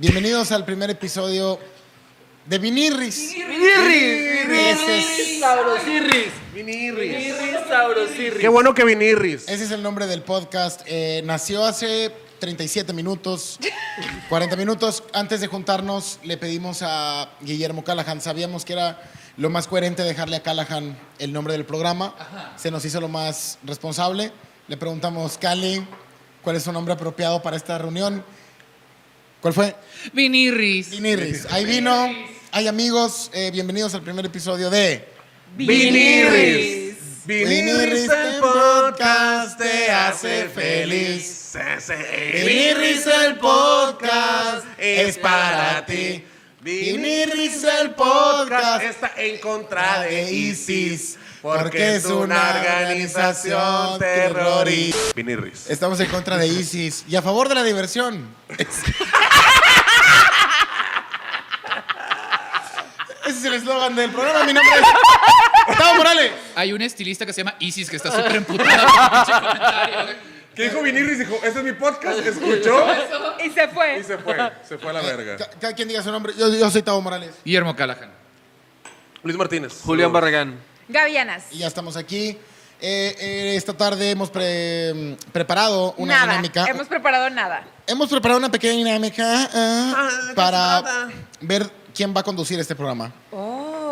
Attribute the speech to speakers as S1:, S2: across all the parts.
S1: Bienvenidos al primer episodio de Vinirris.
S2: Vinirris,
S1: Ese
S2: Vinirris,
S1: es-
S2: Saurosirris.
S3: Vinirris.
S2: Vinirris, Saurosirris.
S3: Qué bueno que vinirris.
S1: Ese es el nombre del podcast. Eh, nació hace 37 minutos, 40 minutos. Antes de juntarnos, le pedimos a Guillermo Callahan. Sabíamos que era lo más coherente dejarle a Callahan el nombre del programa. Se nos hizo lo más responsable. Le preguntamos, Cali, ¿cuál es su nombre apropiado para esta reunión? ¿Cuál fue?
S4: Vinirris.
S1: Vinirris. Ahí vino. Hay amigos. Eh, bienvenidos al primer episodio de...
S3: Vinirris.
S1: Vinirris,
S3: Vinirris,
S1: el
S3: el
S1: podcast
S3: podcast
S1: te
S3: te
S1: hace
S3: hace
S1: feliz.
S3: feliz.
S1: Vinirris, el podcast es para ti. Vinirris,
S3: Vinirris,
S1: el podcast
S3: está en contra de ISIS. Porque es
S1: una
S3: una organización
S1: organización
S3: terrorista. Vinirris.
S1: Estamos en contra de ISIS y a favor de la diversión. Es- Ese es el eslogan del programa. Mi nombre es Tavo Morales.
S4: Hay un estilista que se llama Isis que está súper emputada por el pinche comentario. güey.
S3: ¿Qué dijo Vinirris? Dijo, este es mi podcast. ¿Escuchó?
S5: Y se
S3: Y
S5: fue.
S3: se fue. Se fue a la verga.
S1: Ca- Cada quien diga su nombre. Yo, yo soy Tavo Morales.
S4: Guillermo Callahan.
S3: Luis Martínez.
S2: Julián Barragán.
S5: Gavianas.
S1: Y ya estamos aquí. Eh, eh, esta tarde hemos pre- preparado una
S5: nada.
S1: dinámica.
S5: Hemos preparado nada.
S1: Hemos preparado una pequeña dinámica ah,
S3: Ah, ¿de qué se
S1: para
S3: trata?
S1: ver quién va a conducir este programa.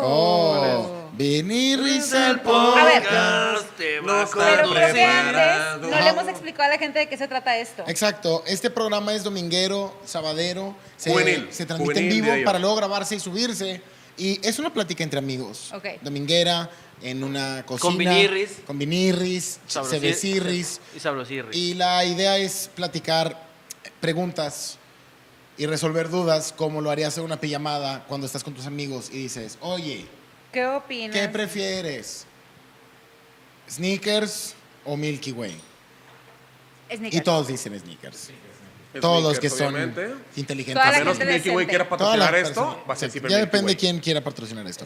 S5: Oh.
S1: Oh, Vinirris el
S5: A ver.
S1: podcast.
S3: No está
S5: Pero creo que
S3: preparado.
S5: antes no le hemos explicado a la gente de qué se trata esto.
S1: Exacto, este programa es dominguero, sabadero, se,
S3: Juvenil.
S1: se transmite
S3: Juvenil,
S1: en
S3: diría
S1: vivo
S3: yo.
S1: para luego grabarse y subirse. Y es una plática entre amigos.
S5: Ok.
S1: Dominguera, en una cocina.
S2: vinirris.
S1: Con vinirris, cebecirris.
S2: Y Sabrosirris.
S1: Y la idea es platicar preguntas y resolver dudas como lo harías en una pijamada cuando estás con tus amigos y dices, oye,
S5: ¿Qué opinas?
S1: ¿qué prefieres? ¿Sneakers o Milky Way?
S5: Sneakers.
S1: Y todos dicen sneakers. Todos los que son
S3: Obviamente.
S1: inteligentes.
S5: Toda
S3: A
S5: la
S3: menos que
S5: gente
S3: Milky Way
S5: decente.
S3: quiera
S1: Todas las
S3: patrocinar esto,
S1: personas.
S3: va a ser
S1: Sí,
S3: siempre
S1: Ya
S3: Milky
S1: depende
S3: Way.
S1: quién quiera patrocinar esto.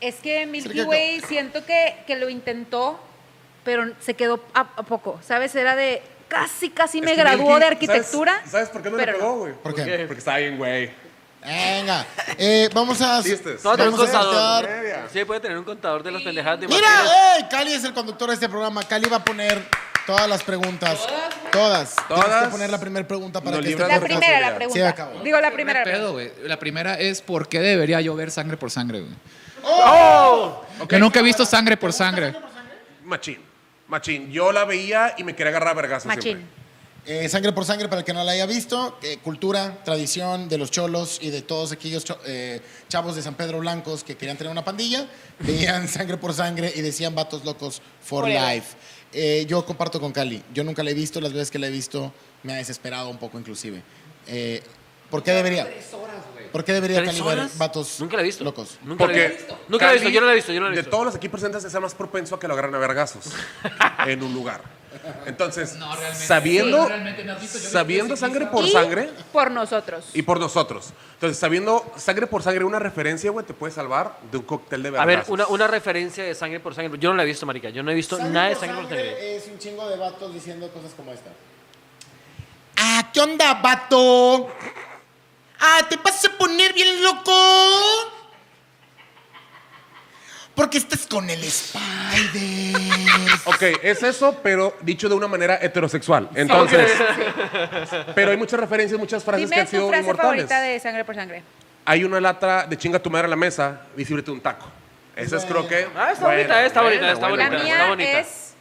S5: Es que Milky
S1: Cerca-
S5: Way siento que, que lo intentó, pero se quedó a, a poco. ¿Sabes? Era de casi, casi me
S3: Es que
S5: graduó
S3: Milky,
S5: de arquitectura.
S3: ¿Sabes, ¿sabes por qué no le
S5: pero
S3: pegó, güey?
S1: ¿Por qué?
S3: Porque está bien, güey.
S1: Venga, eh, vamos a.
S3: Chistes.
S2: No,
S1: Vamos a
S2: tener un contador.
S1: sortear-
S3: sortear.
S2: Sí, puede tener un contador de las pendejadas de Martínez.
S1: Mira, ey, Cali es el conductor de este programa. Cali va a poner todas las preguntas. Todas. Tienes que
S3: Todas.
S1: poner la primera pregunta para
S3: No
S1: que este
S3: libras
S5: La
S3: de
S1: podcast-
S5: primera, la
S3: Sí,
S5: pregunta.
S1: acabó.
S5: Digo, la primera.
S4: No hay pedo, güey. La primera es ¿por qué debería llover sangre por sangre, güey? ¡Oh! Que nunca he visto sangre por sangre.
S3: Machín. Machín. Yo la veía y me quería agarrar a vergazos
S5: Machín.
S3: siempre.
S1: Eh, sangre por sangre, para el que no la haya visto. eh, cultura, tradición de los cholos y de todos aquellos cho- eh, chavos de San Pedro Blancos que querían tener una pandilla. Veían sangre por sangre y decían vatos locos for
S5: Forever.
S1: life. Eh, yo comparto con Cali. Yo nunca la he visto. Las veces que la he visto me ha desesperado un poco, inclusive. Eh, ¿Por qué debería? ¿Por qué debería
S2: ¿Tres
S1: Cali ver
S2: horas?
S1: vatos
S2: Nunca la he visto.
S1: locos?
S2: Nunca la he visto. Nunca la he visto,
S3: Cali,
S2: yo no la he visto, yo no la he
S3: De
S2: visto.
S3: todos los aquí presentes, es el más propenso a que lo agarren a vergazos en un lugar. Entonces,
S4: No, realmente.
S3: sabiendo,
S4: Sí, realmente, ¿me has visto? Yo vi
S3: sabiendo
S4: que
S3: sangre
S4: sí,
S3: por
S5: Y
S3: sangre
S5: Por nosotros.
S3: y por nosotros. Entonces, sabiendo sangre por sangre, una referencia, güey, te puede salvar de un cóctel de
S2: A
S3: vergazos.
S2: ver, una, una referencia de sangre por sangre. Yo no la he visto, marica. Yo no he visto nada de sangre por sangre.
S1: Es un chingo de vatos diciendo cosas como esta. Ah, ¿qué onda, vato? Ah, ¿te vas a poner bien loco? Porque estás con el Spider.
S3: Ok, es eso, pero dicho de una manera heterosexual. Entonces, pero hay muchas referencias, muchas frases que
S5: Dime
S3: han
S5: tu
S3: sido
S5: frase
S3: inmortales.
S5: favorita de sangre por sangre.
S3: Hay una lata de chinga tu madre a la mesa y sírvete un taco. Esa es creo que...
S2: Ah, está bonita, está bonita, está
S3: buena,
S5: La
S2: bonita.
S5: mía
S2: está bonita.
S5: es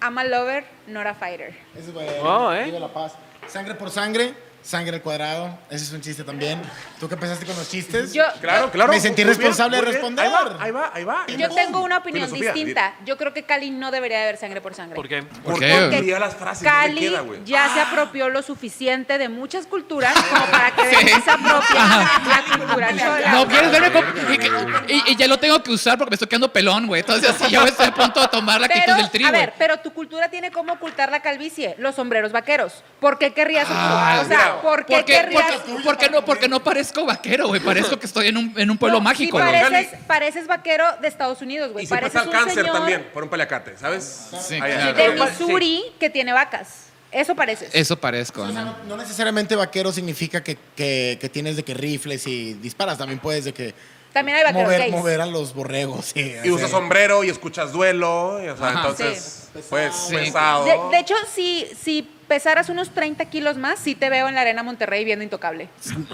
S5: I'm a lover, not a fighter.
S1: Eso es bueno.
S2: Wow, ¿eh?
S1: Viva la paz. Sangre por sangre, sangre al cuadrado. Ese es un chiste también. ¿Tú que empezaste con los chistes?
S5: Yo,
S3: Claro, claro.
S1: Me sentí
S3: Muy
S1: responsable de
S3: muy
S1: responder.
S3: Ahí va, ahí va, ahí va.
S5: yo tengo una opinión
S3: Filosofía.
S5: distinta. Yo creo que Cali no debería de ver sangre por sangre.
S2: ¿Por qué?
S4: ¿Por
S3: ¿Por
S4: qué?
S3: qué?
S4: Porque
S3: Mira las frases, no te
S5: Cali
S3: queda, güey.
S5: ya se apropió lo suficiente de muchas culturas como para que de él se apropie la cultura chola.
S4: No quieres verme con. Y, que- y- y ya lo tengo que usar porque me estoy quedando pelón, güey. Entonces, así yo estoy a punto de tomar la actitud
S5: pero,
S4: del tri,
S5: a
S4: güey.
S5: ver, pero tu cultura tiene como ocultar la calvicie, los sombreros vaqueros. ¿por qué querrías?
S4: Ah,
S5: o sea,
S3: mira.
S5: ¿por qué
S4: Porque,
S5: querrías?
S4: porque, porque no, porque no parezco vaquero, güey. Parezco que estoy en un, en un pueblo
S5: No,
S4: mágico,
S5: Y
S4: güey.
S5: pareces, pareces vaquero de Estados Unidos, güey.
S3: Y siempre
S5: Pareces
S3: está el
S5: un
S3: cáncer
S5: señor
S3: también, por un paliacate, ¿sabes?
S4: Sí,
S3: Ahí, ahí,
S4: claro.
S3: ahí.
S5: de Missouri que tiene vacas. Eso parece.
S4: Eso parezco.
S1: O sea,
S4: ¿no?
S1: no, no necesariamente vaquero significa que, que- que tienes de que rifles y disparas. También puedes de que
S5: También hay vaqueros
S1: mover,
S5: gays.
S1: mover a los borregos. Y,
S3: Y usas sombrero y escuchas duelo. Y, o sea,
S4: Ajá.
S3: entonces, pues,
S4: Sí.
S3: pesado.
S1: Oh.
S5: De, de hecho, si, si pesaras unos 30 kilos más, sí te veo en la arena Monterrey viendo Intocable.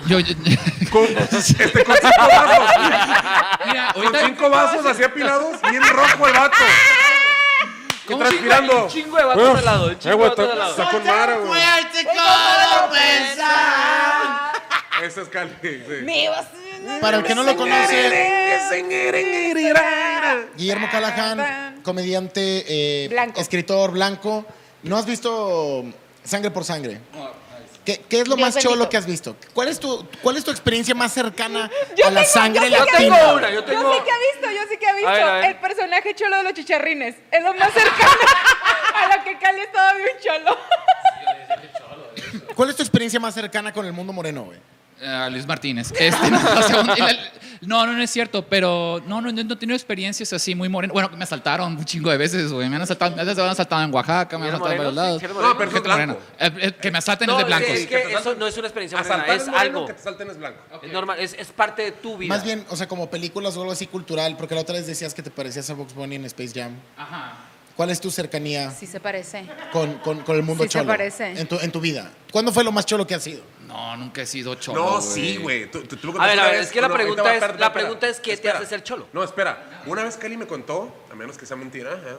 S4: Yo- yo-
S3: Con, este, con cinco vasos.
S4: mira,
S3: Con
S4: ahorita-
S3: cinco vasos así apilados, bien rojo el vato.
S2: Eh,
S3: Y
S2: Hay
S3: transpirando. Eh,
S2: Un chingo de vatos al lado. Un chingo de vatos al
S3: Está
S2: lado.
S3: con madre, güey.
S1: pensar.
S3: Ese es Cali. sí.
S1: Para el que no lo conoce, Guillermo Callahan, comediante, eh,
S5: Ah, Blanco.
S1: escritor blanco. ¿No has visto Sangre por Sangre? ¿Qué, qué es lo
S5: Dios
S1: más
S5: bendito.
S1: cholo que has visto? ¿Cuál es tu, cuál es tu experiencia más cercana
S5: Yo
S1: a la
S5: tengo-
S1: sangre
S5: yo
S1: latina?
S5: tengo
S2: una, yo tengo-
S5: sé que ha visto, yo sé que ha visto.
S2: A ver, a ver.
S5: El personaje cholo de los chicharrines. Es lo más cercano a lo que Cali es todavía un cholo.
S1: ¿Cuál es tu experiencia más cercana con el mundo moreno, güey?
S4: Ah, Luis Martínez. Este, no, o sea, un- el- no, no, no es cierto, pero no, no, no, no he tenido experiencias así muy morenas. Bueno, me asaltaron un chingo de veces, güey. Me han asaltado, me han asaltado en Oaxaca, me han
S2: ¿Eres
S4: asaltado
S2: moreno?
S4: en varios lados.
S2: ¿Sí, eres
S3: No,
S2: moreno?
S3: pero
S4: Gente
S3: es blanco.
S4: morena. Eh, eh, que me asalten
S2: No,
S4: es de
S2: es
S4: blancos.
S2: que- es que eso no es una experiencia morena,
S3: Asaltar
S2: es
S3: un moreno
S2: algo.
S3: que te salten es blanco.
S2: Es normal, es, es parte de tu vida.
S1: Más bien, o sea, como películas o algo así cultural, porque la otra vez decías que te parecías a Box Bunny en Space Jam.
S4: Ajá.
S1: ¿Cuál es tu cercanía
S5: Sí se parece.
S1: con, con- con el mundo
S5: Sí se
S1: cholo?
S5: parece.
S1: En tu, en tu vida. ¿Cuándo fue lo más cholo que has sido?
S4: No, nunca he sido cholo.
S3: No, sí, güey. Tú- tú- tú lo
S2: A ver, a
S3: contaste
S2: ver,
S3: una
S2: es que la
S3: vez. ahorita
S2: pregunta
S3: va
S2: es-
S3: a estar-
S2: la
S3: espera,
S2: pregunta es, ¿qué te
S3: espera.
S2: hace ser cholo?
S3: No, espera. Una vez Kelly me contó, a menos que sea mentira, ¿eh?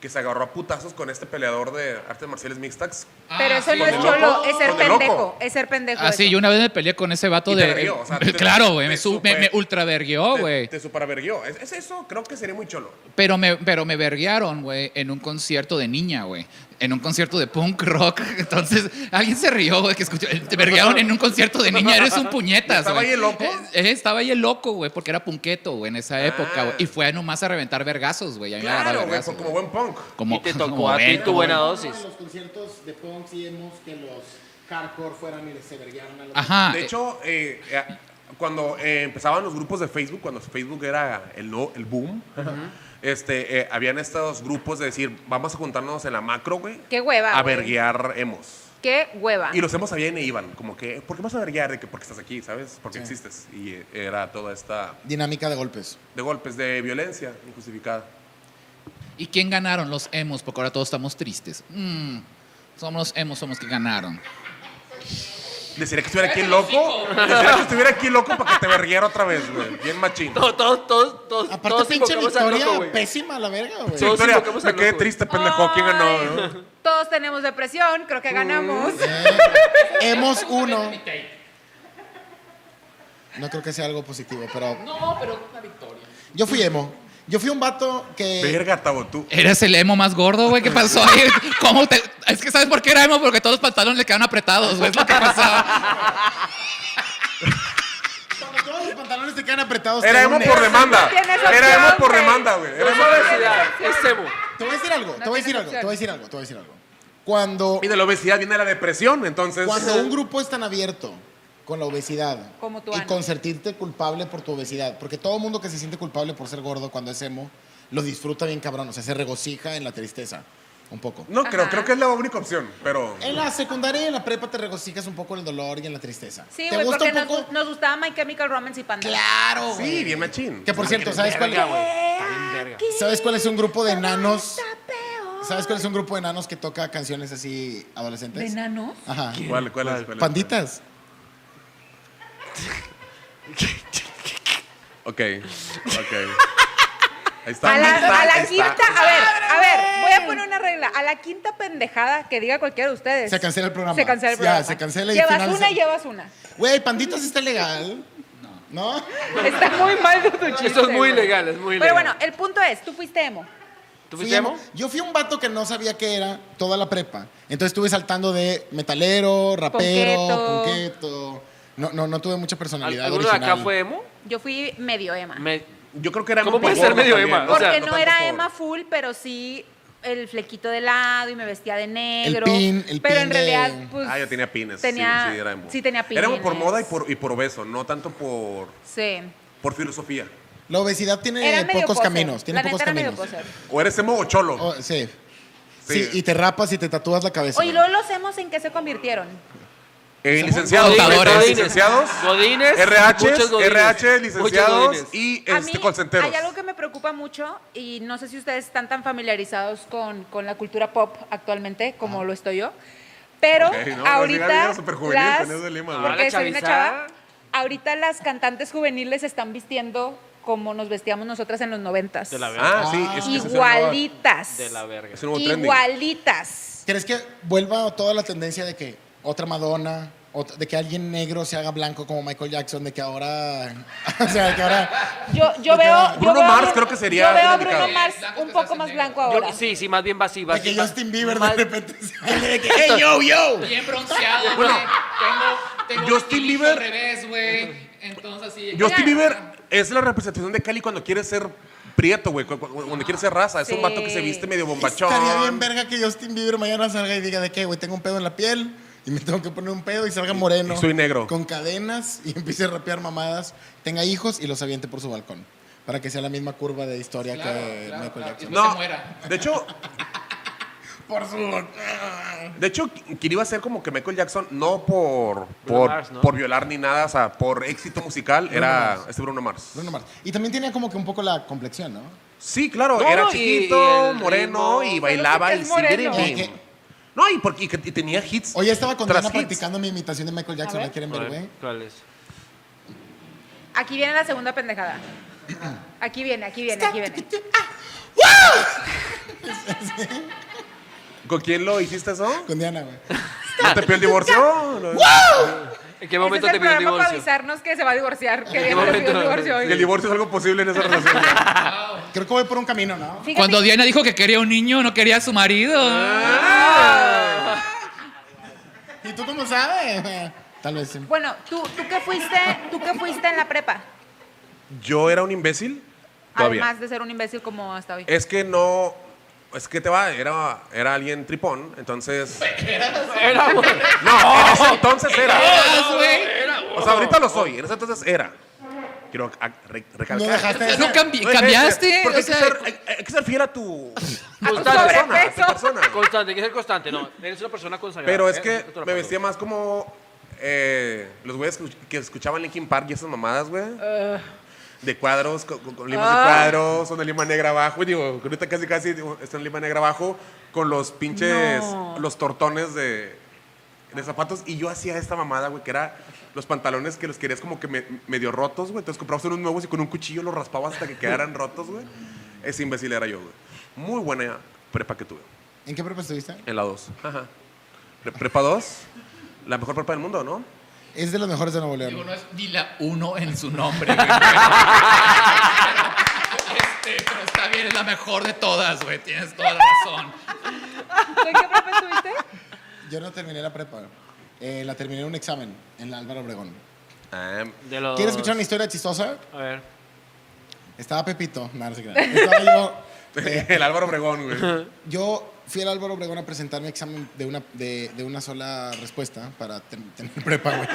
S3: que se agarró a putazos con este peleador de artes marciales mixtas.
S5: Pero
S1: Ah,
S5: eso no
S3: con
S5: es
S3: el
S5: cholo,
S3: loco,
S5: es ser
S3: con el loco.
S5: pendejo. Es ser pendejo.
S4: Ah, sí,
S5: eso.
S4: yo una vez me peleé con ese vato
S3: Y te
S4: de.
S3: verguió, o sea, te-
S4: claro, güey.
S3: te
S4: Me, sub- me,
S3: super-
S4: me ultraverguió,
S3: Te-
S4: güey.
S3: Te superverguió. Es, es eso, creo que sería muy cholo.
S4: Pero me, pero me verguearon, güey, en un concierto de niña, güey. En un concierto de punk rock. Entonces, alguien se rió, güey, que escuchó. Te verguearon en un concierto de niña. Eres un puñetas,
S3: ¿Estaba
S4: güey.
S3: ahí el loco? Ah.
S4: Eh, estaba ahí el loco, güey, porque era punqueto, güey, en esa época, güey. Y fue nomás a reventar vergazos, güey. A mí me agarraba
S3: Claro, güey,
S4: vergazos,
S3: pues, como
S4: güey.
S3: buen punk.
S4: Como-
S2: y te
S4: como
S2: tocó a ti
S4: ven,
S2: tu
S4: como
S2: buena
S4: ven.
S2: dosis.
S1: los conciertos de punk sí hemos que los hardcore fueran y se verguearon a los...
S4: Ajá.
S3: De hecho, eh, eh, cuando eh, empezaban los grupos de Facebook, cuando Facebook era el, no- el boom, este, eh, habían estos grupos de decir, vamos a juntarnos en la macro, güey.
S5: Qué hueva,
S3: A
S5: güey. Ah.
S3: verguear emos.
S5: Qué hueva.
S3: Y los emos sabían e iban, como que, ¿por qué vas a verguear? De que porque estás aquí, ¿sabes? Porque existes. Y eh, era toda esta
S1: Dinámica de golpes.
S3: de golpes, de violencia injustificada.
S4: ¿Y quién ganaron los emos? Porque ahora todos estamos tristes. Mm, somos los emos, somos que ganaron.
S3: Decir que estuviera aquí loco. Decir que estuviera aquí loco para que te verguiera otra vez, güey. Bien machín.
S2: Todos, todos, todos, todos.
S1: Aparte,
S2: todos
S1: pinche
S2: invocamos al
S1: victoria
S2: loco, güey.
S1: pésima la verga, güey.
S2: Sí. todos
S3: Victoria,
S2: invocamos
S3: me
S2: al
S3: quedé
S2: loco, güey.
S3: triste, pendejo. ¿Quién ganó?
S5: Ay,
S3: no?
S5: Todos tenemos depresión, creo
S1: Mm.
S5: que ganamos.
S1: Hemos uno. No creo que sea algo positivo, pero... No, pero una victoria. Yo fui emo. Yo fui un vato que...
S3: Verga, Tabo, tú.
S4: Eres el emo más gordo, güey. ¿Qué pasó ahí? ¿Cómo te.? Es que ¿sabes por qué era emo? Porque todos los pantalones le quedan apretados, güey. Es lo que pasaba.
S1: Cuando todos los pantalones te quedan apretados...
S3: Era
S1: te
S3: emo
S1: unes.
S3: por demanda.
S5: Tienes
S3: Era
S5: opción,
S3: emo por
S5: güey.
S3: demanda, güey.
S2: No
S3: Era
S2: es
S3: emo-
S2: obesidad, es emo.
S1: Te voy a decir algo, te voy a decir
S5: tienes
S1: algo, te voy a decir algo, te voy a decir algo. Cuando,
S3: Y de la obesidad viene la depresión, entonces.
S1: cuando un grupo es tan abierto con la obesidad
S5: Como tu
S1: y
S5: ano.
S1: con sentirte culpable por tu obesidad, porque todo mundo que se siente culpable por ser gordo cuando es emo, lo disfruta bien cabrón, o sea, se regocija en la tristeza, un poco.
S3: No, creo,
S5: Ajá.
S3: creo que es la única opción, pero.
S1: En la secundaria y en la prepa te regocijas un poco en el dolor y en la tristeza.
S5: Sí,
S1: ¿Te
S5: güey,
S1: gusta
S5: porque
S1: un
S5: nos,
S1: poco?
S5: gu- nos gustaba My Chemical Romance y Panda.
S1: Claro, güey.
S3: Sí, bien machín.
S1: Que por cierto, ¿sabes cuál,
S2: Verga, güey. Está bien verga.
S1: ¿sabes cuál es un grupo de enanos? ¿Sabes cuál es un grupo de enanos que toca canciones así adolescentes?
S5: ¿De enanos?
S1: Ajá.
S3: ¿Cuál, cuál, es? ¿Cuál es?
S1: Panditas.
S3: Ok, ok. Ahí está.
S5: A la,
S3: ahí está,
S5: a la
S3: ahí está.
S5: quinta, a ver, a ver, voy a poner una regla. A la quinta pendejada que diga cualquiera de ustedes.
S1: Se cancela el programa.
S5: Se cancela el
S1: Ya,
S5: programa.
S1: se cancela y
S5: Llevas
S1: finaliza-
S5: una y llevas una.
S1: Güey, panditas está legal. No. ¿No?
S5: Está muy mal de tu chiste.
S2: Eso es muy
S5: güey.
S2: legal, es muy legal.
S5: Pero bueno, el punto es, tú fuiste emo.
S2: ¿Tú
S1: Fui
S2: fuiste emo?
S1: emo. Yo fui un vato que no sabía qué era toda la prepa. Entonces estuve saltando de metalero, rapero,
S5: Ponqueto.
S1: punqueto. No, no, no tuve mucha personalidad
S2: ¿Alguno de
S1: original.
S2: acá fue emo?
S5: Yo fui medio ema.
S2: Me-
S3: Yo creo que era.
S2: ¿Cómo
S3: muy
S2: puede ser
S3: gordo
S2: medio
S3: también,
S2: ema? O
S5: Porque
S2: sea,
S5: no,
S3: tanto
S5: era
S3: por-
S5: Emma full, pero sí el flequito de lado y me vestía de negro.
S1: pin, el
S5: pero
S1: pin
S5: en
S1: de-
S5: realidad, pues.
S3: Ah, yo tenía pines.
S5: Tenía,
S3: sí, sí, era emo.
S5: sí tenía pines.
S3: Era emo por moda y por, y por obeso, no tanto por,
S5: Sí.
S3: por filosofía.
S1: La obesidad tiene
S5: Era medio
S1: Eh, pocos
S5: poser.
S1: caminos. Tiene
S5: La neta
S1: pocos
S5: era medio
S1: caminos.
S5: poser.
S3: O eres emo o cholo.
S1: Oh, sí. Sí,
S3: Sí.
S1: y te rapas y te tatúas la cabeza.
S5: Oye, luego los hemos en qué se convirtieron.
S3: Eh, licenciados,
S4: contadores.
S3: eh, licenciados,
S2: Godines, muchos
S3: RH,
S2: godines,
S3: RH,
S2: muchos
S3: licenciados
S2: godines.
S3: y
S5: A
S3: este,
S5: mí
S3: colcenteros.
S5: hay algo que me preocupa mucho y no sé si ustedes están tan familiarizados con, con la cultura pop actualmente como lo estoy yo, pero
S3: Ok, no, no, diga,
S5: ahorita
S3: diga, superjuvenil,
S5: las,
S3: con eso de Lima,
S5: porque
S3: ¿verdad?
S2: Ah, la
S5: soy una
S2: chavizada.
S5: chava, ahorita las cantantes juveniles se están vistiendo como nos vestíamos nosotras en los noventas,
S2: De la verga.
S3: Ah, sí, es que ese es el nuevo-
S5: igualitas,
S2: De la verga.
S3: Es un nuevo trending.
S5: igualitas.
S1: ¿Crees que vuelva toda la tendencia de que otra Madonna, ot- de que alguien negro se haga blanco como Michael Jackson, de que ahora. o sea, de que ahora.
S5: Yo, yo veo, yo
S3: Bruno
S5: veo a
S3: Mars
S5: Bru-
S3: creo que sería
S5: yo veo a
S3: indicado.
S5: Bruno Mars
S4: Blanco que
S5: un
S4: se
S5: poco
S4: hace
S5: más
S4: negro.
S5: blanco
S2: Yo-
S5: ahora.
S2: sí, sí, más bien va así. Va
S1: De que
S2: así, va-
S1: Justin Bieber
S2: más-
S1: de repente sale de que, ¡Hey, yo, yo!
S4: Bien bronceado,
S3: Bueno,
S4: güey. Tengo, tengo
S3: Justin
S4: vitiligo
S3: Bieber-
S4: al revés, güey. Entonces así.
S3: Justin Bieber es la representación de Cali cuando quiere ser prieto, güey, cu- cu- cuando quiere ser raza. Es
S5: Sí.
S3: un vato que se viste medio bombachón.
S1: Estaría bien verga que Justin Bieber mañana salga y diga de que, güey, tengo un pedo en la piel y me tengo que poner un pedo y salga moreno.
S3: y soy negro.
S1: Con cadenas y empiece a rapear mamadas, tenga hijos y los aviente por su balcón. Para que sea la misma curva de historia
S4: Claro,
S1: que
S4: claro,
S1: Michael
S4: claro.
S1: Jackson.
S4: No se muera.
S3: De hecho,
S1: Por su
S3: de hecho, quien iba a ser como que Michael Jackson, no por,
S2: Bruno
S3: por,
S2: Mars, ¿no?
S3: por violar ni nada, o sea, por éxito musical, era este Bruno Mars.
S1: Bruno Mars. Y también tenía como que un poco la complexión, ¿no?
S3: Sí, claro,
S2: No,
S3: era
S2: no, y-
S3: chiquito,
S2: y el
S3: moreno
S2: ritmo.
S3: y bailaba
S5: Pero
S3: y
S5: sí que es
S3: sí,
S5: moreno.
S3: mire, mire. No, y, porque, y que- y tenía hits.
S1: Oye, estaba con
S3: tras
S1: Diana
S3: hits.
S1: practicando mi imitación de Michael Jackson.
S5: A ver.
S1: ¿La quieren
S2: A
S1: ver,
S2: ver,
S1: güey?
S2: ¿Cuál es?
S5: Aquí viene la segunda pendejada. Aquí viene, aquí viene, aquí viene.
S3: ¿Con quién lo hiciste eso?
S1: Con Diana, güey.
S3: ¿No te pidió el divorcio? No.
S2: ¿En qué
S5: Ese
S2: momento
S5: es
S2: te
S5: el
S2: pidió el
S5: programa para
S2: divorcio?
S5: avisarnos que se va a divorciar. Que
S2: qué
S5: ya se pidió
S2: momento?
S5: el divorcio hoy.
S3: Que el divorcio es algo posible en esa relación. güey.
S1: Creo que voy por un camino, ¿no?
S5: Fíjate-
S4: Cuando Diana dijo que quería un niño, no quería a su marido.
S3: Ah,
S1: ¿Y tú cómo sabes? Tal vez sí.
S5: Bueno, ¿tú, tú qué fuiste, tú qué fuiste en la prepa,
S3: Yo era un imbécil. Todavía. Eh.
S5: además de ser un imbécil como hasta hoy.
S3: Es que no. Es que te va, era, era alguien tripón, entonces.
S2: Era, güey.
S3: No, en ese entonces era.
S4: Ah, güey.
S3: O sea, ahorita lo soy, en ese entonces era. Quiero ac- re- recalcar.
S1: No dejaste de
S4: No
S1: ser.
S4: cambi-
S3: No dejaste.
S4: cambiaste.
S3: este, Porque
S4: o
S3: hay, que
S4: sea,
S3: ser, hay- hay que ser fiel a tu.
S5: A tu
S3: persona,
S2: Constante,
S3: a tu
S5: sobrepeso.
S3: persona.
S2: constante, hay que ser constante, no. Eres una persona consagrada.
S3: Pero es
S2: ¿eh?
S3: que
S2: Eso te lo
S3: me
S2: pago.
S3: vestía más como eh, los güeyes que- que escuchaban Linkin Park y esas mamadas, güey.
S2: Eh.
S3: De cuadros, con, con- con limas de
S5: Ah.
S3: cuadros, una lima negra abajo. Y digo, ahorita casi casi digo, está en lima negra abajo con los pinches,
S5: No.
S3: los tortones de, de zapatos. Y yo hacía esta mamada, güey, que era los pantalones que los querías como que me- medio rotos, güey. Entonces comprabas unos nuevos y con un cuchillo los raspabas hasta que quedaran rotos, güey. Ese imbécil era yo, güey. Muy buena prepa que tuve.
S1: ¿En qué prepa estuviste?
S3: En la 2. Ajá. Pre- Prepa 2. La mejor prepa del mundo, ¿no?
S1: Es de los mejores de Nuevo
S4: Digo,
S1: León.
S4: no es ni la uno en su nombre, güey. Este, pero está bien, es la mejor de todas, güey. Tienes toda la razón.
S5: ¿Tú en qué prepa estuviste?
S1: Yo no terminé la prepa. Eh, la terminé en un examen en la Álvaro Obregón.
S3: Em,
S2: De
S3: Oh.
S2: los-
S1: ¿Quieres escuchar una historia chistosa?
S2: A ver.
S1: Estaba Pepito. Nada, no se crean. Estaba yo.
S3: el Álvaro Obregón, güey.
S1: Yo fui al Álvaro Obregón a presentar mi examen de una, de, de una sola respuesta para ten- tener prepa, güey.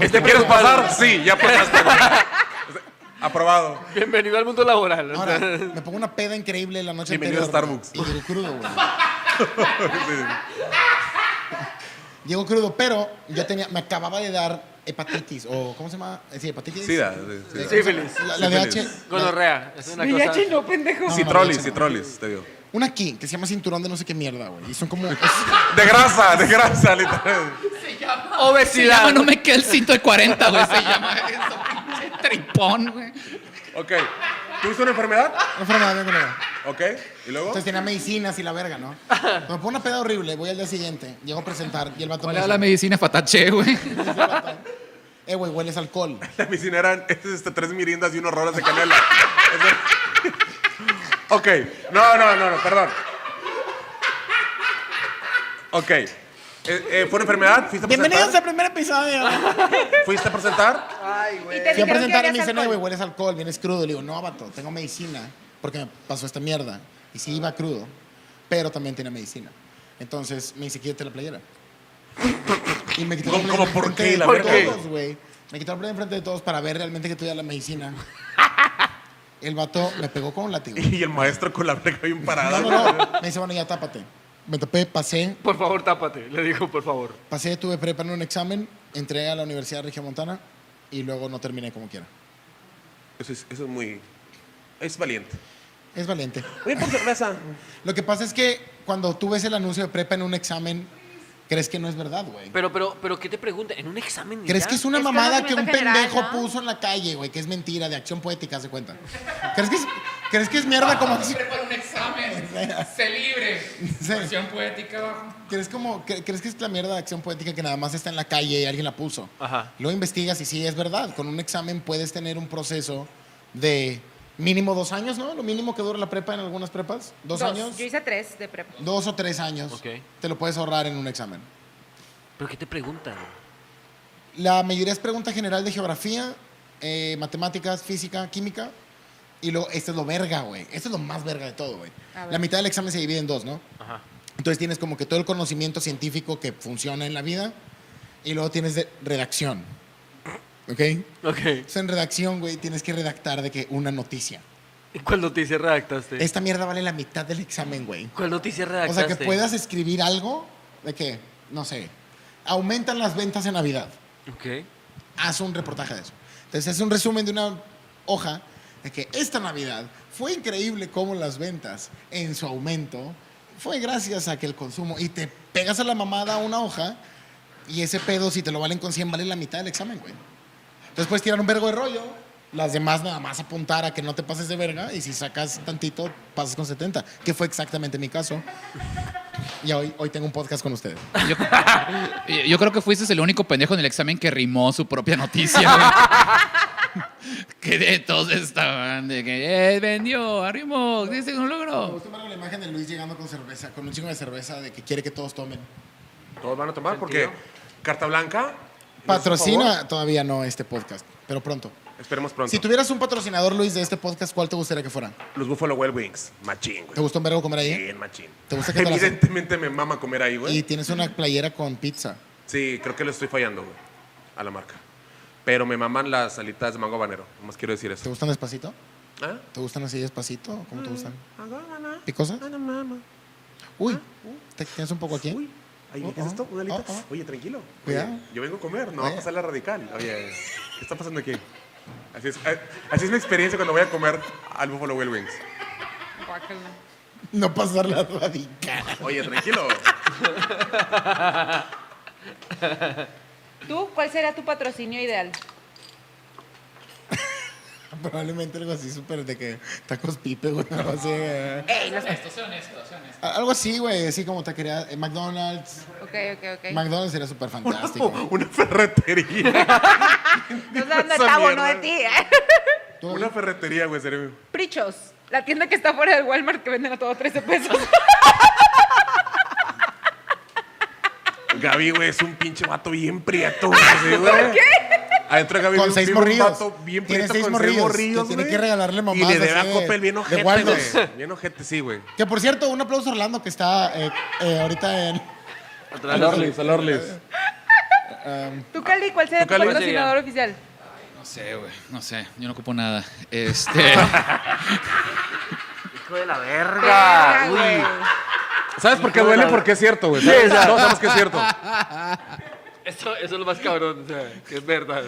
S3: ¿Este quieres pasar? Sí, ya pasaste. güey. Aprobado.
S2: Bienvenido al mundo laboral. o
S1: Ahora,
S2: sea.
S1: me pongo una peda increíble la noche
S3: Bienvenido a
S1: anterior.
S3: Starbucks.
S1: Y llego crudo, güey. Llego crudo, pero yo tenía, me acababa de dar hepatitis, o ¿cómo se llama? Eh, Sí, hepatitis.
S3: Sí, da.
S1: Eh,
S3: Sí,
S2: Sífilis.
S1: La, la de H.
S3: Sífilis.
S1: la-
S2: Gonorrea. Es una cosa.
S5: VIH no, Pues pendejo.
S1: no,
S3: Citrolis,
S1: no, no.
S3: citrolis, te digo.
S1: Una aquí, que se llama cinturón de no sé qué mierda, güey. Y son como. es-
S3: De grasa, de grasa, literal.
S4: Se
S2: Obesidad.
S4: llama No me queda el cinto de 40, güey. Se llama eso, pinche tripón, güey.
S3: Ok. ¿Tuviste una enfermedad?
S1: no fueron nada, no fueron nada.
S3: Ok. ¿Y luego?
S1: Entonces tenía medicinas y la verga, ¿no? Me pongo una peda horrible, voy al día siguiente, llego a presentar y el vato
S4: ¿Cuál
S1: me
S4: era la
S1: dice,
S4: medicina fatache, güey?
S1: eh, güey, hueles a alcohol.
S3: La piscina eran este, tres mirindas y unos rolas de canela. Eso- ok. No, no, no, no, perdón. Ok. Eh, eh, ¿Fue una enfermedad? ¿Fuiste a
S1: Bienvenidos al primer
S3: presentar?
S1: episodio.
S3: ¿Fuiste a presentar?
S5: Y te
S1: Fui a
S5: dijeron que
S1: presentar y me
S5: eras
S1: dicen, eh, güey,
S5: alcohol.
S1: hueles a alcohol, vienes crudo. Le digo, no, vato, tengo medicina porque me pasó esta mierda. Y sí iba crudo, pero también tenía medicina. Entonces me dice, quítate la playera. Y me quitó la
S3: ¿Cómo-
S1: playera
S3: cómo por
S1: enfrente
S3: qué,
S1: de
S3: la
S1: todos,
S3: verga?
S1: güey. Me quitó la playera enfrente de todos para ver realmente que tuviera la medicina. El vato me pegó con un látigo.
S3: Y el maestro con la verga bien parada.
S1: No, no,
S3: güey.
S1: no. Me dice, bueno, ya tápate. Me tapé, pasé,
S2: Por favor, tápate. Le dijo, por favor.
S1: pasé, tuve prepa en un examen, entré a la Universidad de Regiomontana y luego no terminé como quiera.
S3: Eso, es, eso es muy. Es valiente.
S1: Es valiente.
S3: Voy a ir por cerveza.
S1: Lo que pasa es que cuando tú ves el anuncio de prepa en un examen, crees que no es verdad, güey.
S2: Pero, pero, pero, ¿qué te pregunta? ¿En un examen? y
S1: ¿Crees
S2: Pues ya?
S1: que es una
S5: Es que
S1: mamada
S5: no
S1: que
S5: se me
S1: un
S5: antoja general,
S1: pendejo
S5: ¿no?
S1: puso en la calle, güey? Que es mentira, de acción poética, se cuenta. ¿Crees que es, ¿crees que es mierda como...
S4: Prepara un examen. Se libre. Versión poética abajo.
S1: ¿Crees, como, cre- ¿Crees que es la mierda de acción poética que nada más está en la calle y alguien la puso?
S2: Ajá.
S1: Luego investigas y sí, es verdad. Con un examen puedes tener un proceso de mínimo dos años, ¿no? Lo mínimo que dura la prepa en algunas prepas. Dos, años.
S5: Yo hice tres de prepa.
S1: Dos o tres años.
S2: Ok.
S1: Te lo puedes ahorrar en un examen.
S2: ¿Pero qué te preguntan?
S1: La mayoría es pregunta general de geografía, eh, matemáticas, física, química. Y luego, esto es lo verga, güey. Esto es lo más verga de todo, güey.
S5: A ver.
S1: La mitad del examen se divide en dos, ¿no?
S2: Ajá.
S1: Entonces tienes como que todo el conocimiento científico que funciona en la vida y luego tienes de redacción. ¿Ok? Entonces
S2: Ok.
S1: en redacción, güey, tienes que redactar de que una noticia.
S2: ¿Y cuál noticia redactaste?
S1: Esta mierda vale la mitad del examen, güey.
S2: ¿Cuál noticia
S1: O
S2: redactaste?
S1: sea, que puedas escribir algo de que, no sé, aumentan las ventas en Navidad.
S2: Ok.
S1: Haz un reportaje de eso. Entonces es un resumen de una hoja de que esta Navidad fue increíble cómo las ventas en su aumento fue gracias a que el consumo y te pegas a la mamada una hoja y ese pedo si te lo valen con 100 vale la mitad del examen, güey. Entonces puedes tirar un vergo de rollo, las demás nada más apuntar a que no te pases de verga y si sacas tantito pasas con 70, que fue exactamente mi caso. Y hoy, hoy tengo un podcast con ustedes.
S4: Yo, y- yo creo que fuiste el único pendejo en el examen que rimó su propia noticia. güey. que de todos estaban de que eh, vendió, arrimó, dice que no
S1: Me
S4: logró.
S1: gusta más la imagen de Luis llegando con cerveza, con un chingo de cerveza de que quiere que todos tomen.
S3: Todos van a tomar porque carta blanca. por
S1: Patrocina todavía no este podcast, pero pronto.
S3: favor. Esperemos pronto.
S1: Si tuvieras un patrocinador, Luis, de este podcast, ¿cuál te gustaría que fuera?
S3: Los Buffalo Wild Wings. Machín,
S1: ¿Te
S3: güey.
S1: gustó un vergo comer ahí?
S3: Bien, machín.
S1: ¿Te gusta que te la hacen?
S3: Evidentemente me mama comer ahí, güey.
S1: Y tienes una playera con pizza.
S3: Sí, creo que le estoy fallando, güey. A la marca. Pero me maman las alitas de mango habanero. Nomás quiero decir
S1: ¿Te
S3: eso.
S1: gustan despacito?
S3: ¿Ah?
S1: ¿Te gustan así despacito? o ¿Cómo te gustan? ¿Picosas?
S3: Ah,
S1: Uy, te tienes un poco aquí.
S3: Uy, ahí me
S1: Oh,
S3: dices
S1: oh,
S3: esto, una alita.
S1: oh, oh.
S3: Oye, tranquilo. Oye,
S1: Cuidado.
S3: yo vengo a comer, no va a
S1: Oye.
S3: pasar la radical. Oye, ¿qué está pasando aquí? Así es, eh, así es mi experiencia cuando voy a comer al Buffalo Wild Wings.
S5: Guácala.
S1: No pasar la radical.
S3: Oye, tranquilo.
S5: ¿Tú cuál será tu patrocinio ideal?
S1: Probablemente algo así súper de que tacos pipe, güey. algo así, eh.
S4: Esto, sea honesto, sea honesto.
S1: Algo así, güey. Así como te quería. eh, McDonald's.
S5: Ok, ok, ok.
S1: McDonald's sería súper fantástico.
S3: Una ferretería.
S5: No sé dónde
S3: Esa
S5: está, no de
S3: mierda.
S5: ti.
S1: ¿Tú?
S3: Una ferretería, güey, serio.
S5: Prichos, la tienda que está fuera del Walmart que venden a todo 13 pesos.
S3: Gaby, güey, es un pinche vato bien prieto, güey. así, güey. Adentro de Gaby
S1: Con
S3: vive un-
S1: seis
S3: vive un
S1: morrillos.
S3: vato
S1: Tiene
S3: bien prieto
S1: seis
S3: con
S1: morrillos,
S3: seis
S1: que
S3: morrillos,
S1: tiene
S3: güey.
S1: que regalarle
S3: Y
S1: mamadas
S3: le
S1: así
S3: debe a
S1: de-
S3: Coppel bien
S1: de
S3: ojete,
S1: Waldos.
S3: güey. Bien ojete, sí, güey.
S1: Que por cierto, un aplauso a Orlando que está eh, eh, ahorita en.
S2: Atrás.
S3: al Orlis.
S5: ¿Tú, Cali, cuál será
S3: ¿Tú,
S5: tu
S3: Cali, cuál
S2: sería?
S5: patrocinador oficial?
S4: No sé, güey. No sé. Yo no ocupo nada. Este.
S2: Hijo de la verga.
S5: güey.
S2: Uy.
S3: ¿Sabes por qué
S2: Hijo de
S3: duele?
S2: la-
S3: Porque es cierto, güey. ¿Sabes? No, sabes que es cierto.
S2: Eso, eso es lo más cabrón, o sea, que es verdad.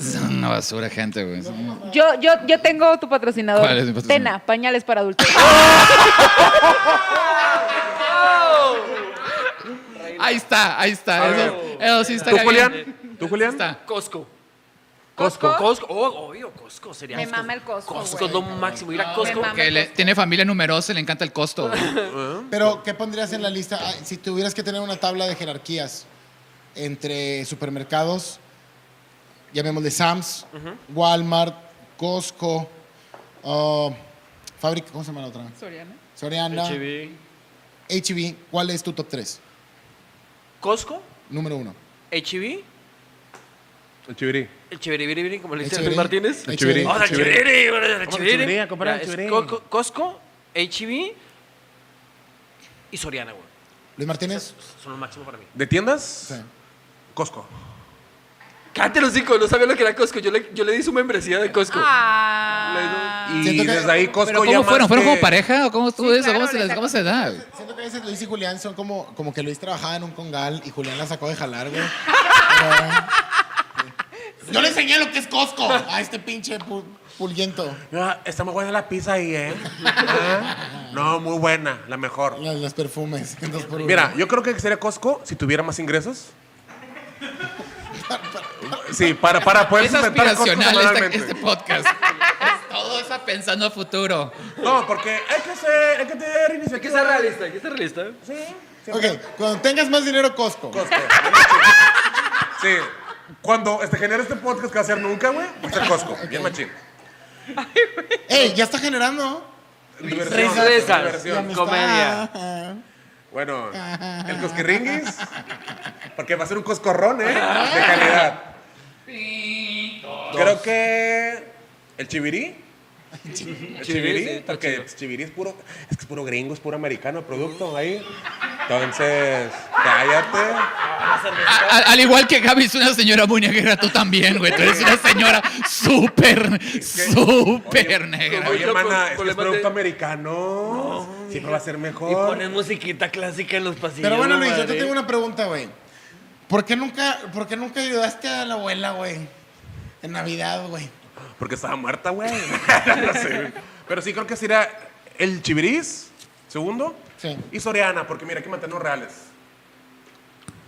S4: Son una basura, gente, güey. Son-
S5: Yo, yo, yo tengo tu patrocinador.
S4: ¿Cuál es mi patrocinador?
S5: Tena, pañales para adultos.
S4: Ahí está, ahí
S3: A
S4: está. Eso,
S3: ver.
S4: eso
S3: ¿Tú,
S4: sí estaría bien.
S3: Julián? ¿Tú, Julián?
S4: Está.
S2: Costco.
S5: Costco.
S2: Costco. Oh, obvio, Costco sería.
S5: Me
S2: Costco.
S5: mama el Costco,
S2: Costco es lo
S5: güey.
S2: máximo. Ir a
S5: Me
S2: Costco.
S5: mama.
S4: Que le- tiene familia numerosa, le encanta el costo. güey.
S3: Ah.
S1: Pero, ¿qué pondrías en la lista? Ah, si tuvieras que tener una tabla de jerarquías entre supermercados, llamémosle Sam's, Walmart, Costco, ah, Fábrica, ¿cómo se llama la otra?
S5: Soriana.
S1: Soriana, HB.
S2: HB.
S1: ¿Cuál es tu top 3?
S2: Costco,
S1: Número uno.
S2: HB,
S3: El chivirí.
S2: el Cheveribiribiri, como le dice
S1: HB.
S2: Luis Martínez.
S1: HB.
S3: Chiviri.
S2: Ahora, el
S3: Chiviri.
S2: Chiviri, ahora, el
S6: Vamos,
S2: Chiviri.
S6: Chiviri, a comprar
S2: Ya,
S6: el
S2: es
S6: Chiviri.
S2: Co- Co- Costco, HB y Soriana, güey.
S1: Luis Martínez.
S2: Son los máximos para mí.
S3: ¿De tiendas? Costco.
S6: Cállate los cinco, no sabía lo que era Costco. Yo le, yo le di su membresía de Costco.
S5: Ah.
S3: Y
S1: Siento que-
S3: desde ahí Costco este-
S4: ¿Pero
S3: ya
S4: cómo
S3: más
S4: fueron? ¿Fueron
S3: que-
S4: como pareja o cómo estuvo
S5: Sí,
S4: eso? ¿Cómo,
S5: claro,
S4: se
S5: le
S4: les-
S5: sacó-
S4: cómo se da?
S1: Siento que a veces Luis y Julián son como, como que Luis trabajaba en un congal y Julián la sacó de jalar, güey. Pero- Yo le enseñé lo que es Costco a este pinche pu- pulguiento.
S3: Ah, está muy buena la pizza ahí, ¿eh? Ah, No, muy buena, la mejor.
S1: Las- Los perfumes. dos por uno.
S3: Mira, yo creo que sería Costco si tuviera más ingresos. Sí, para, para poder
S4: Es
S3: sustentar Costco
S4: aspiracional esta-
S3: semanalmente.
S4: este podcast. Es todo está pensando a futuro.
S3: No, porque hay que ser, hay que tener iniciativa.
S2: Hay que ser realista, hay que ser realista.
S1: Ok, cuando tengas más dinero, Costco.
S3: Costco. Sí. Cuando este, genere este podcast que va a ser nunca, güey, va a ser Costco. Bien machín.
S1: Ey, ya está generando.
S3: Diversión,
S2: Risas,
S3: diversión.
S1: amistad.
S2: comedia.
S3: Bueno, el cosquirringuis, porque va a ser un coscorrón, ¿eh? De calidad. Creo que el chivirí. El
S2: Chivirí,
S3: chivirí,
S2: sí, está
S3: porque
S2: chido.
S3: el chivirí es puro, es que es puro gringo, es puro americano el producto ahí. Entonces, cállate.
S4: A- a- al igual que Gaby es una señora muy negra, tú también, güey. Tú eres una señora súper, súper negra.
S3: Oye,
S6: Yo con-
S3: hermana, es
S6: con
S3: que
S6: la
S3: es producto
S6: mate-
S3: americano. Siempre va a ser mejor.
S2: Y ponen musiquita clásica en los pasillos.
S1: Pero bueno,
S2: no
S1: Luis, yo te
S2: madre.
S1: tengo una pregunta, güey. ¿Por qué nunca, por qué nunca ayudaste a la abuela, güey? En Navidad, güey.
S3: Porque estaba muerta, güey. No sé. Pero sí creo que sería el Chivirís, segundo.
S1: Sí.
S3: Y Soriana, porque mira, hay que mantenernos reales.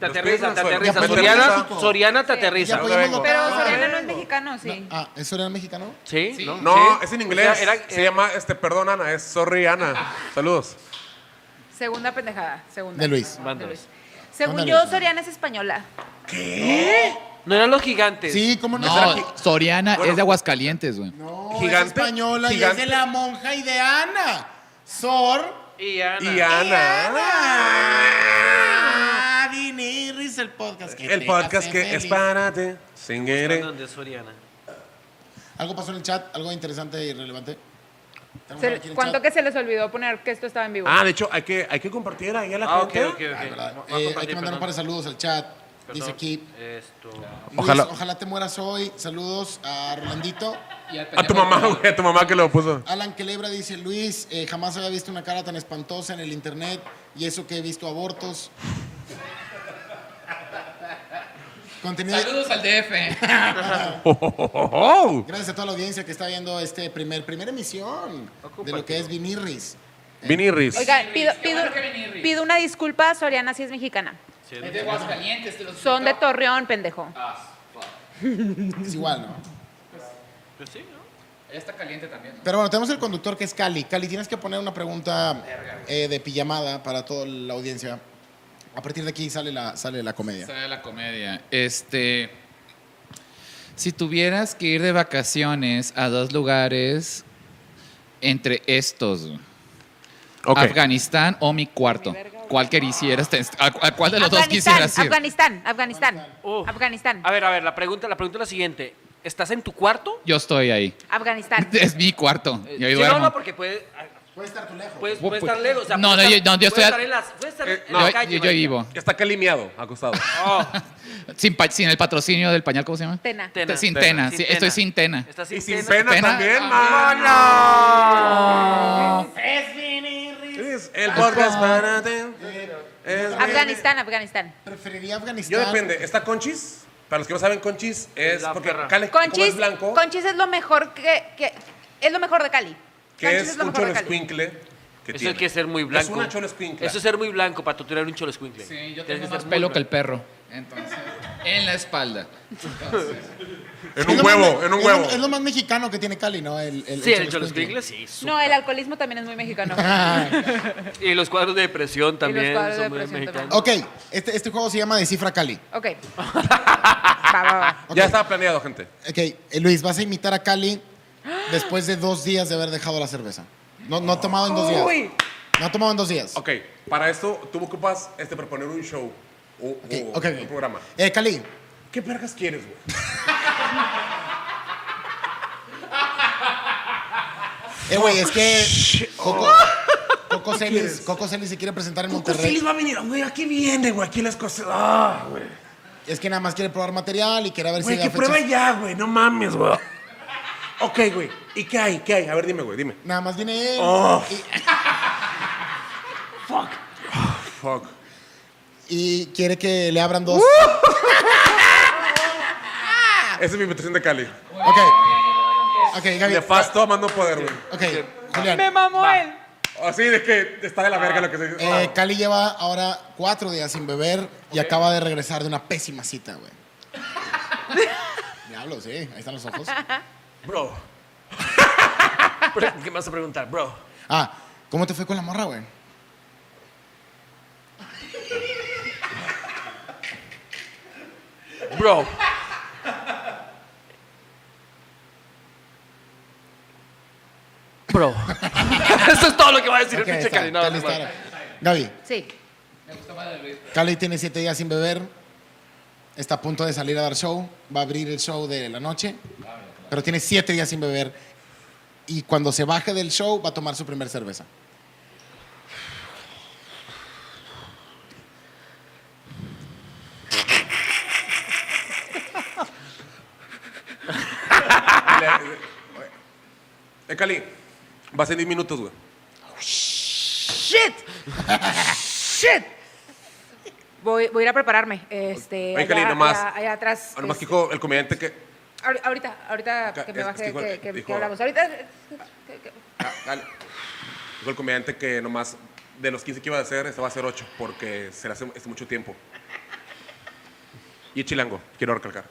S2: Te
S3: Los
S2: aterriza,
S3: Prismas
S2: te
S3: son-
S2: aterriza.
S1: Ya
S2: Soriana,
S1: pedimos-
S2: Soriana te
S1: Ya
S2: aterriza.
S3: pues-
S1: podemos
S5: Pero
S1: votar.
S5: Soriana no es mexicano, sí.
S1: Ah, ¿es Soriana mexicano?
S2: Sí,
S4: Sí.
S3: No,
S2: Sí.
S3: es en inglés.
S2: O sea, era-
S3: Se
S2: eh, Ah.
S3: llama, este, perdón, Ana, es Sorry, Ana. Saludos.
S5: Segunda pendejada, segunda.
S1: De Luis.
S5: De
S2: Vándalos.
S5: Luis. Según
S1: Vándalos.
S5: yo, Soriana es española.
S2: No eran los gigantes.
S1: Sí, ¿cómo no?
S4: No, Soriana
S3: Bueno.
S4: es de Aguascalientes, güey.
S1: No, es
S3: Gigante,
S1: española y
S3: gigante.
S1: es de la monja y de Ana. Sor.
S2: Y Ana.
S3: Y Ana.
S1: Ah, Vini Riz, el podcast que
S3: El
S1: te
S3: podcast
S1: hace
S3: que
S1: feliz.
S3: es para ti. Sin querer.
S2: ¿Dónde es Soriana?
S1: Algo pasó en el chat, algo interesante e y relevante. Tenemos
S5: Se-
S1: algo aquí en el
S5: ¿Cuánto
S1: chat.
S5: que se les olvidó poner que esto estaba en vivo?
S3: Ah, de hecho, hay que, hay que compartir ahí a la
S2: Ah, ok,
S3: gente.
S2: ok, ok.
S1: Ah, verdad.
S2: Voy a
S1: Eh, hay
S2: compartir,
S1: que mandar un
S2: perdón.
S1: par de saludos al chat. Dice
S2: Perdón.
S1: aquí.
S2: Esto.
S1: Luis,
S3: Ojalá.
S1: ojalá te mueras hoy. Saludos a Rolandito.
S3: A tu mamá, güey, a tu mamá que lo puso.
S1: Alan Quelebra dice, Luis, eh, jamás había visto una cara tan espantosa en el internet y eso que he visto abortos. Contenido...
S4: Saludos al DF.
S3: Oh,
S1: Gracias a toda la audiencia que está viendo este primer, primera emisión de lo que es Vinirris.
S3: Vinny Riz.
S5: Oigan, pido,
S4: qué bueno
S5: pido-
S4: que vinirris.
S5: pido una disculpa, Soriana sí es mexicana.
S4: Es de Aguascalientes, te lo
S5: Son de Torreón, pendejo.
S1: Es igual, ¿no?
S2: Pues sí, ¿no?
S4: Está caliente también.
S1: Pero bueno, tenemos el conductor que es Cali. Cali, tienes que poner una pregunta eh, de pijamada para toda la audiencia. A partir de aquí sale la, sale la comedia.
S4: Sale la comedia. Este. Si tuvieras que ir de vacaciones a dos lugares entre estos, güey,
S3: Ok.
S4: Afganistán o mi cuarto, ¿cuál que quisieras? te- ¿A cu- a cuál de los dos
S5: Afganistán,
S4: quisieras ir?
S5: Afganistán, Afganistán,
S7: Oh.
S2: Uf.
S5: Uh. Afganistán,
S7: Ah.
S2: A ver, a ver, la pregunta, la pregunta es la siguiente. ¿Estás en tu cuarto?
S4: Yo estoy ahí.
S5: Afganistán.
S4: Es mi cuarto.
S2: Eh,
S4: Yo ahí
S2: sí,
S4: duermo.
S2: no, no, porque puede, ah,
S1: Puede estar tu lejos.
S2: puedes,
S4: Pues-
S2: puede estar lejos. o sea,
S4: no,
S2: puede
S4: no, yo-
S2: estar-
S4: no, yo
S2: puede
S4: estoy
S2: estar
S4: al-
S2: en las- puede estar
S3: Eh,
S2: en
S4: Yo-
S2: la
S4: yo-
S2: calle.
S4: yo,
S2: marica.
S4: vivo.
S3: Está calimiado, acostado.
S5: Ah,
S2: Oh,
S4: Sin, pa- sin el patrocinio del pañal, ¿cómo se llama?
S5: Tena.
S2: Tena.
S4: Sin tena. sí, Estoy sin tena.
S2: Estás
S3: Y
S2: sin
S3: sin pena,
S2: pena.
S4: pena.
S3: también,
S5: Ah,
S3: mano. Es el podcast para ti. Es
S5: Afganistán, Afganistán.
S1: Preferiría Afganistán.
S3: Yo depende. ¿Está Conchis? Para los que no saben, Conchis es
S2: La
S3: porque
S2: perra.
S3: Cale como
S5: Conchis,
S3: es blanco,
S5: Conchis es lo mejor que, que- es lo mejor de Cali.
S3: que
S5: Conchis
S3: es
S5: lo
S3: un
S5: mejor
S3: cholo
S5: de Cali.
S3: escuincle. Que
S2: Eso
S3: tiene.
S2: hay que ser muy blanco.
S3: Es una cholo escuincle.
S2: Eso es ser muy blanco para tutear un cholo escuincle.
S4: Sí,
S2: Tienes
S4: yo tengo
S2: que
S4: más
S2: ser muy
S4: pelo que el
S2: blanco.
S4: perro. Entonces, en la espalda.
S3: En
S1: Es
S3: un
S1: lo
S3: huevo,
S1: más-
S3: en un
S1: es lo-
S3: huevo.
S1: Es lo, más mexicano que tiene Cali, ¿no? El, el,
S2: Sí, el
S1: Cholo
S2: cholo
S1: Escuincle.
S2: escuincle, sí. su-
S5: No, el alcoholismo también es muy mexicano.
S2: Y los cuadros de depresión también
S5: cuadros de
S2: son muy
S5: depresión
S2: mexicanos.
S1: Ok, este, este juego se llama Descifra Cali.
S5: Ok. Va, va, va.
S1: Ok,
S3: Ya estaba planeado, gente.
S1: ok, eh, Luis, vas a imitar a Cali después de dos días de haber dejado la cerveza. No, no ha tomado en dos días.
S5: Uy.
S1: No ha tomado en dos días.
S3: Ok, para esto tú ocupas este, proponer un show o, o
S1: Ok, ok, ok.
S3: un programa.
S1: Eh, Cali,
S3: ¿Qué vergas quieres, güey?
S1: eh, güey, es que Coco, Coco Celis, Coco Celis se quiere presentar en
S3: Coco
S1: Monterrey.
S3: Celis va a venir, güey, ¿a qué viene, güey? Aquí las cosas. Ah, güey.
S1: Es que nada más quiere probar material y quiere ver
S3: Güey,
S1: si
S3: que
S1: da fechas.
S3: prueba ya, güey. No mames, güey. ok, güey. ¿Y qué hay? ¿Qué hay? A ver, dime, güey, dime.
S1: Nada más viene él.
S3: Oh.
S1: Y,
S3: Fuck.
S1: y quiere que le abran dos.
S3: Ah. Esa es mi invitación de Cali.
S1: Ok. Ok, Gaby.
S3: Nefasto, más no poder, güey.
S1: Ok, Julián.
S7: Me mamó él.
S3: Así de que está de la verga lo que se dice.
S1: Eh, Cali lleva ahora cuatro días sin beber y acaba de regresar de una pésima cita, güey. Diablo, sí. Ahí están los ojos.
S2: Bro. ¿Qué me vas a preguntar, bro?
S1: Ah, ¿cómo te fue con la morra, güey?
S2: Bro. Bro. Eso es todo lo que va a decir
S1: Ok,
S2: el pinche
S1: está,
S2: Cali. No,
S1: Cali
S2: no,
S1: está
S2: no.
S1: ahora. Gaby,
S5: Sí.
S1: Cali tiene siete días sin beber. Está a punto de salir a dar show. Va a abrir el show de la noche. Pero tiene siete días sin beber. Y cuando se baje del show, va a tomar su primer cerveza.
S3: Ah, Eh, Cali, vas en 10 minutos, güey.
S5: ¡Shit! ¡Shit! Voy, voy a ir a prepararme. Este,
S3: Oye, Cali,
S5: allá,
S3: nomás-
S5: allá- allá atrás.
S3: Ah, nomás que
S5: este,
S3: dijo el comediante que.
S5: ahor- Ahorita, ahorita que
S3: Es-
S5: me
S3: es
S5: baje,
S3: que igual-
S5: que, que-
S3: dijo-
S5: que hablamos. Ahorita. eh, que- que-
S3: ah, dale. Dijo el comediante que nomás de los 15 que iba a hacer, este va a hacer 8 porque se le hace es mucho tiempo. Y chilango, quiero recalcar.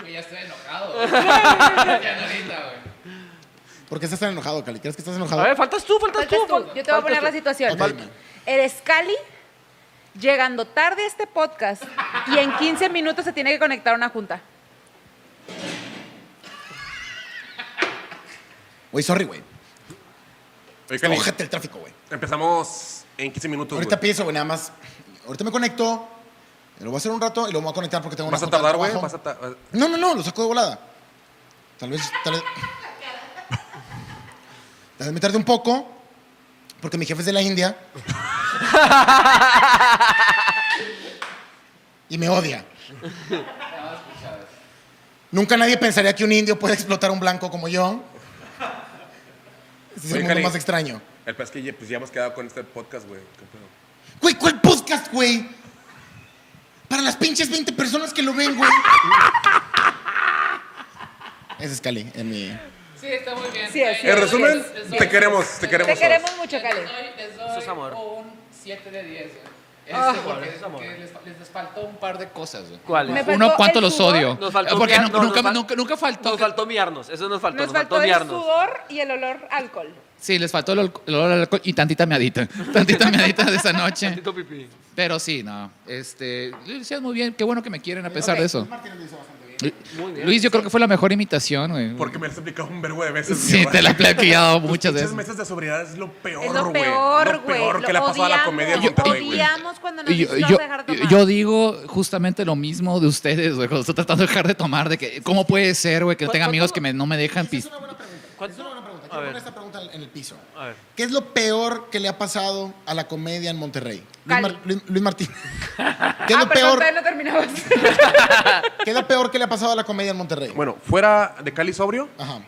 S4: Güey, ya estoy enojado. güey. ya no ahorita, güey.
S1: ¿Por qué estás tan enojado, Cali? ¿Crees que estás enojado?
S2: A ver, faltas tú, faltas,
S5: Faltas
S2: tú.
S5: tú. Yo te voy a poner la situación.
S1: Ok, dime.
S5: Eres Cali, llegando tarde a este podcast y en 15 minutos se tiene que conectar a una junta.
S1: Güey, sorry, güey.
S3: Oye, Cali,
S1: Ojete el tráfico, güey.
S3: empezamos en 15 minutos.
S1: Ahorita
S3: güey.
S1: pienso, güey, nada más. Ahorita me conecto, lo voy a hacer un rato y lo voy a conectar porque tengo
S3: Vas a
S1: una junta de
S3: tardar, güey.
S1: trabajo.
S3: Vas a tardar.
S1: No, no, no, lo saco de volada. Tal vez, tal vez. Tal vez me tarde un poco, porque mi jefe es de la India. y me odia. Nunca nadie pensaría que un indio puede explotar a un blanco como yo. Este es
S3: Oye,
S1: el mundo
S3: Cali.
S1: más extraño.
S3: El peor es que ya, pues, ya hemos quedado con este podcast, güey. ¿Qué pedo?
S1: Güey, ¿cuál podcast, güey? Para las pinches 20 personas que lo ven, güey. Ese es Cali, en mi.
S4: Sí, está muy bien.
S5: Sí, es, sí,
S3: En resumen,
S5: es, es,
S3: te queremos, te queremos. todos.
S5: Te queremos mucho, Cali.
S2: Eso es amor.
S4: un 7 de 10, güey.
S5: Ah,
S4: Eso porque
S2: eso es amor.
S4: que les, les faltó un par de cosas, güey.
S2: ¿Cuál?
S5: Me-
S4: Uno,
S5: faltó
S4: ¿cuánto
S5: el
S4: los
S5: sudor.
S4: odio?
S2: Nos faltó
S4: Porque
S2: miar-
S4: nunca,
S2: no,
S4: nunca,
S2: nos fal-
S4: nunca, nunca faltó.
S2: Nos faltó miarnos. Eso nos faltó.
S5: Nos
S2: Nos,
S5: faltó el
S2: miarnos.
S5: sudor y el olor a alcohol.
S4: Sí, les faltó el, ol- el olor al alcohol y tantita meadita. Tantita meadita de esa noche.
S2: Tantito pipí.
S4: Pero sí, no. Este, Lucías, muy bien. Qué bueno que me quieren a pesar de eso.
S2: Muy bien.
S4: Luis, yo creo que fue la mejor imitación, güey.
S3: Porque me lo has explicado un vergo de veces.
S4: Sí,
S3: mierda.
S4: te la he platicado muchas
S3: Muchas
S4: veces.
S3: meses de sobriedad es lo peor, güey.
S5: es lo peor,
S3: Lo
S5: güey.
S3: peor que le ha pasado a la comedia en
S5: Yo
S3: Monterrey, güey.
S5: odiamos cuando nos
S4: Y
S5: yo,
S4: Yo, yo,
S5: dejar de tomar.
S4: yo digo justamente lo mismo de ustedes, güey, cuando estoy tratando de dejar de tomar, de que cómo puede ser, güey, que no
S2: ¿Cu-
S4: tenga
S2: cuánto
S4: amigos
S2: no-
S4: que me- no me dejan
S1: Esa es
S4: pis-
S1: una buena pregunta.
S2: ¿Cuál-
S1: Es una buena pregunta.
S2: A
S1: Quiero
S2: ver.
S1: poner esta pregunta en el piso.
S2: A ver.
S1: ¿Qué es lo peor que le ha pasado a la comedia en Monterrey? Luis,
S5: Cali.
S1: Mar- Luis- Luis Martín. ¿Qué es,
S5: Ah,
S1: lo
S5: perdón,
S1: peor,
S5: todavía no terminabas.
S1: ¿Qué es lo peor que le ha pasado a la comedia en Monterrey?
S3: Bueno, fuera de Cali Sobrio,
S1: Ajá.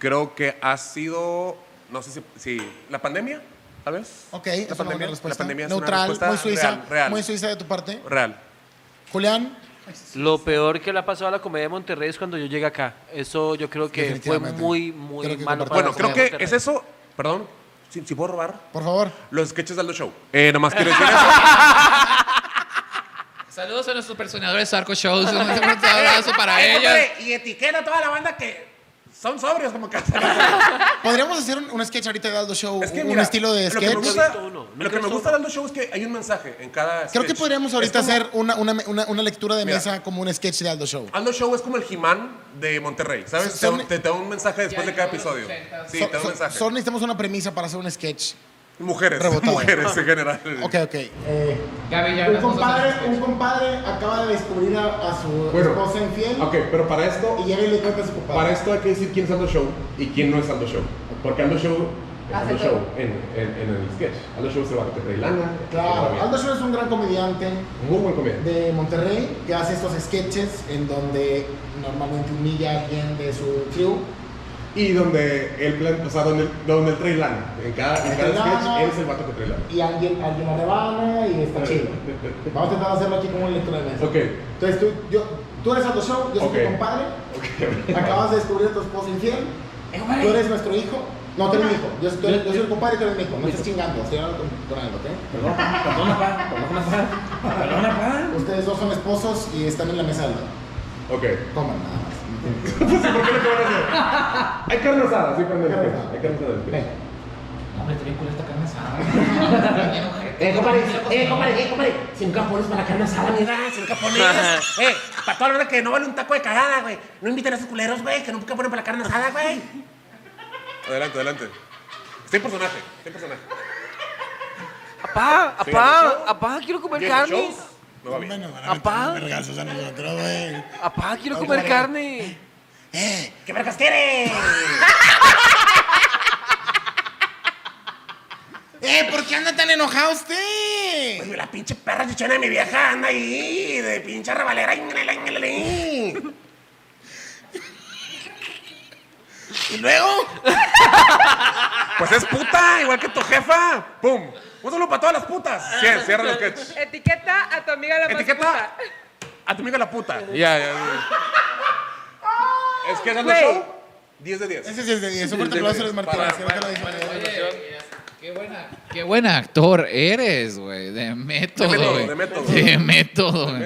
S3: creo que ha sido, no sé si, si la pandemia, tal vez.
S1: Ok, es una buena respuesta.
S3: La pandemia es una
S1: Neutral,
S3: respuesta
S1: muy suiza.
S3: Real, real,
S1: Muy suiza de tu parte.
S3: Real.
S1: Julián,
S2: Lo peor que le ha pasado a la comedia de Monterrey es cuando yo llegué acá. Eso yo creo que fue
S1: Definitivamente.
S2: muy, muy
S1: Creo que
S2: malo.
S1: comparto.
S2: para la
S3: Bueno, creo
S2: comedia de
S3: que es
S2: Monterrey.
S3: eso. Perdón, si, si puedo robar.
S1: por favor.
S3: Los sketches de Aldo Show. Eh, nomás quiero decir eso.
S4: Saludos a nuestros personadores Arco Shows. Un un abrazo para ellos.
S3: Eh, Y etiqueta a toda la banda que son sobrios como que
S1: Podríamos hacer un, un sketch ahorita de Aldo Show,
S3: Es que
S1: un
S3: mira,
S1: estilo de
S3: Lo que me
S1: sketch.
S3: gusta,
S2: Nunca he visto uno, nunca
S3: lo que
S2: he
S3: me
S2: visto
S3: gusta de
S2: uno.
S3: Aldo Show es que hay un mensaje en cada
S1: Creo que
S3: sketch.
S1: podríamos ahorita
S3: Es como-
S1: hacer una, una, una, una lectura de
S3: Mira. Ah,
S1: mesa como un sketch de Aldo Show.
S3: Aldo Show es como el He-Man de Monterrey, ¿sabes?
S1: Son-
S3: Te da un-
S1: son-
S3: te, te da un mensaje después de cada episodio. Sí,
S1: So-
S3: te da un
S1: so-
S3: mensaje.
S1: solo necesitamos una premisa para hacer un sketch.
S3: mujeres,
S1: Rebotado.
S3: mujeres en general.
S1: Ok, ok.
S4: Gaby, ya
S1: Eh, un,
S4: nos vamos a hacer
S1: compadre,
S4: sketch.
S1: un compadre acaba de descubrir a, a su esposa infiel
S8: Ok, pero para esto,
S1: y llega y le cuenta a su papá.
S8: para esto hay que decir quién es Aldo Show y quién no es Aldo Show. Porque Aldo Show
S5: Hace
S7: Aldo
S5: todo.
S7: Show en, en- en el sketch. Aldo Show es el vato que trae lana.
S1: Claro,
S7: que
S1: Aldo
S7: va
S1: Schur es un gran comediante.
S7: bien. Muy buen comediante.
S1: de Monterrey que hace estos sketches en donde normalmente humilla a alguien de su crew.
S7: Y donde él, plan- o sea, donde, él- donde él trae lana. En cada, en cada
S1: Trae lana.
S7: sketch, él es el vato que trae lana.
S1: Y alguien, alguien la rebana y está chido. Vamos a intentar hacerlo aquí como un lector de mesa.
S7: Ok,
S1: Entonces tú, yo, tú eres Aldo Show, yo soy
S7: Ok.
S1: tu compadre.
S7: ok.
S1: Acabas de descubrir a tu esposo infiel. Tú eres nuestro hijo. No, tú eres mi hijo. Yo, soy- tú eres- yo soy el compadre y tú eres mi hijo. No estés chingando. Estoy hablando con, con algo, ¿ok?
S8: Perdona, pa. Perdona, pa. Perdona, pa.
S1: Ustedes dos son esposos y están en la mesa de Aldo.
S7: Ok. Pues,
S1: Coman nada más.
S7: Hay carne asada, sí, carne asada.
S1: Carne asada.
S7: Hay carne asada. en el sketch.
S1: Ven.
S8: Hombre, te vincula esta carne asada.
S9: Eh, compadre, eh, compadre, eh, compadre. Sin capones para la carne asada, mira, sin capones. eh, para toda la hora que no vale un taco de cagada, güey. No inviten a esos culeros, güey, que nunca ponen para la carne asada, güey.
S3: Adelante, adelante. Está en personaje, está en personaje.
S6: Apá,
S3: Sí, Aldo
S6: apá,
S3: Show.
S6: apá, quiero
S10: Pues
S6: comer
S3: Diez
S6: carne.
S3: shows, Me va bien.
S1: Bueno, van a
S6: Apá.
S1: meter vergazos a nosotros, güey.
S6: Apá, quiero
S1: Ay,
S6: comer
S1: vale.
S6: carne.
S1: Eh,
S9: ¿Qué vergas quieres?
S1: eh, ¿por qué anda tan enojado usted?
S3: Pues
S9: Oye, la pinche perra chichona de mi vieja anda ahí, de pinche rabalera. íngale, íngale, íngale.
S3: ¿Y luego? pues es puta, igual que tu jefa. ¡Pum! Un saludo para todas las putas. Cierra, cierra el sketch.
S10: Etiqueta a tu amiga la más
S3: Etiqueta
S10: puta.
S3: a tu amiga la puta. Ya, ya, ya. Es que es Aldo
S10: Güey.
S3: Show. 10 de 10.
S1: Ese sí es de 10. Un fuerte aplauso a Luis Martínez. que nunca lo dijo.
S4: Qué buena- Qué buen actor eres, güey. De método.
S3: método,
S4: güey.
S3: de método.
S4: De método, güey.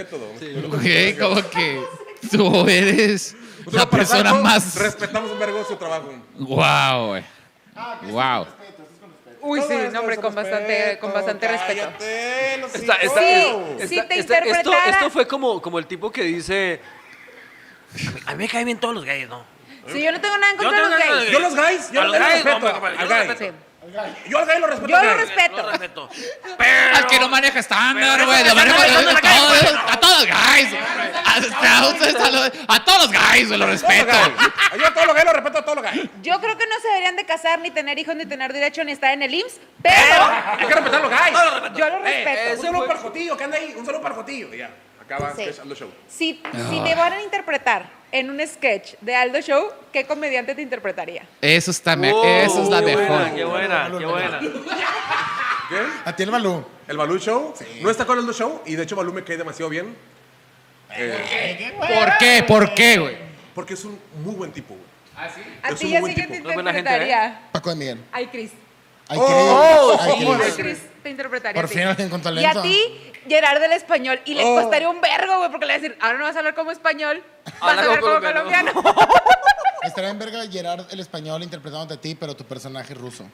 S3: Método.
S4: Güey, como que tú eres
S3: Un saludo
S4: la
S3: para
S4: persona
S3: Franco,
S4: más.
S3: Respetamos un vergo su trabajo.
S4: Wow, güey.
S3: Ah,
S4: Wow.
S10: Uy, sí, no, hombre, con bastante, con bastante respeto.
S3: Está,
S10: está- Sí. si te
S2: esto,
S10: interpretara-
S2: esto fue como, como el tipo que dice.
S9: A mí me caen bien todos los gallos, ¿no?
S5: Sí, yo no tengo nada en
S2: Yo
S5: contra de
S2: no
S5: los
S2: tengo
S5: gays.
S3: Yo los guys, yo
S2: A
S3: los guys,
S2: los guys, no,
S3: respeto.
S2: hombre, compadre,
S3: Al
S2: yo los
S3: guy.
S5: Sí.
S3: Yo al gay lo respeto.
S5: Yo
S3: al
S5: lo
S3: gay.
S5: respeto.
S9: Respeto. Pero...
S4: Al que no maneja estándar,
S9: Pero
S4: güey.
S9: eso
S4: Lo
S9: que
S4: maneja
S9: están
S4: a
S9: manejando la calle,
S4: todos,
S9: güey, no.
S4: a todos los guys. A, a ustedes, a los- a todos los guys, güey, lo respeto.
S3: Ay, Yo a todos los gays lo respeto a todos los gays.
S5: Yo creo que no se deberían de casar, ni tener hijos, ni tener derecho, ni estar en el IMSS, pero
S3: Eh, Hay que respetar a los gays. Eh,
S5: yo lo respeto. Eh,
S3: Un saludo para el Jotillo, que anda ahí. Un saludo para el Jotillo. Ya, acaba
S5: Sí.
S3: sketch Aldo Show.
S5: Si, si te van a interpretar en un sketch de Aldo Show, ¿qué comediante te interpretaría?
S4: Eso está me-
S2: "Wow,
S4: Eso es la
S2: Oh, qué buena, Qué
S4: mejor.
S2: buena, qué buena.
S3: ¿Qué?
S1: A ti el balú.
S3: El Balú Show. No está con Aldo Show y de hecho Balú me cae demasiado bien. Eh,
S4: ¿Por qué? ¿Por qué, güey?
S3: porque es un muy buen tipo, güey.
S5: A
S3: Es
S5: ti
S3: un
S5: ya
S3: buen
S5: sí que
S3: tipo.
S5: te
S2: No es buena gente,
S5: interpretaría.
S1: Paco de Miguel.
S5: Ay, Cris.
S1: Ay,
S3: Oh,
S1: querido.
S3: oh,
S1: Ay, querido.
S5: Ay, Cris, te interpretaría.
S1: Por
S5: a ti.
S1: fin alguien con
S5: Y a
S1: talento.
S5: ti, Gerard del Español. Y le
S3: Oh.
S5: costaría un vergo, güey, porque le vas a decir, ahora no vas a hablar como español, vas
S6: Habla
S5: a hablar
S6: como
S5: como
S6: colombiano".
S5: colombiano.
S1: Estará en verga Gerard el español interpretándote a ti, pero tu personaje ruso.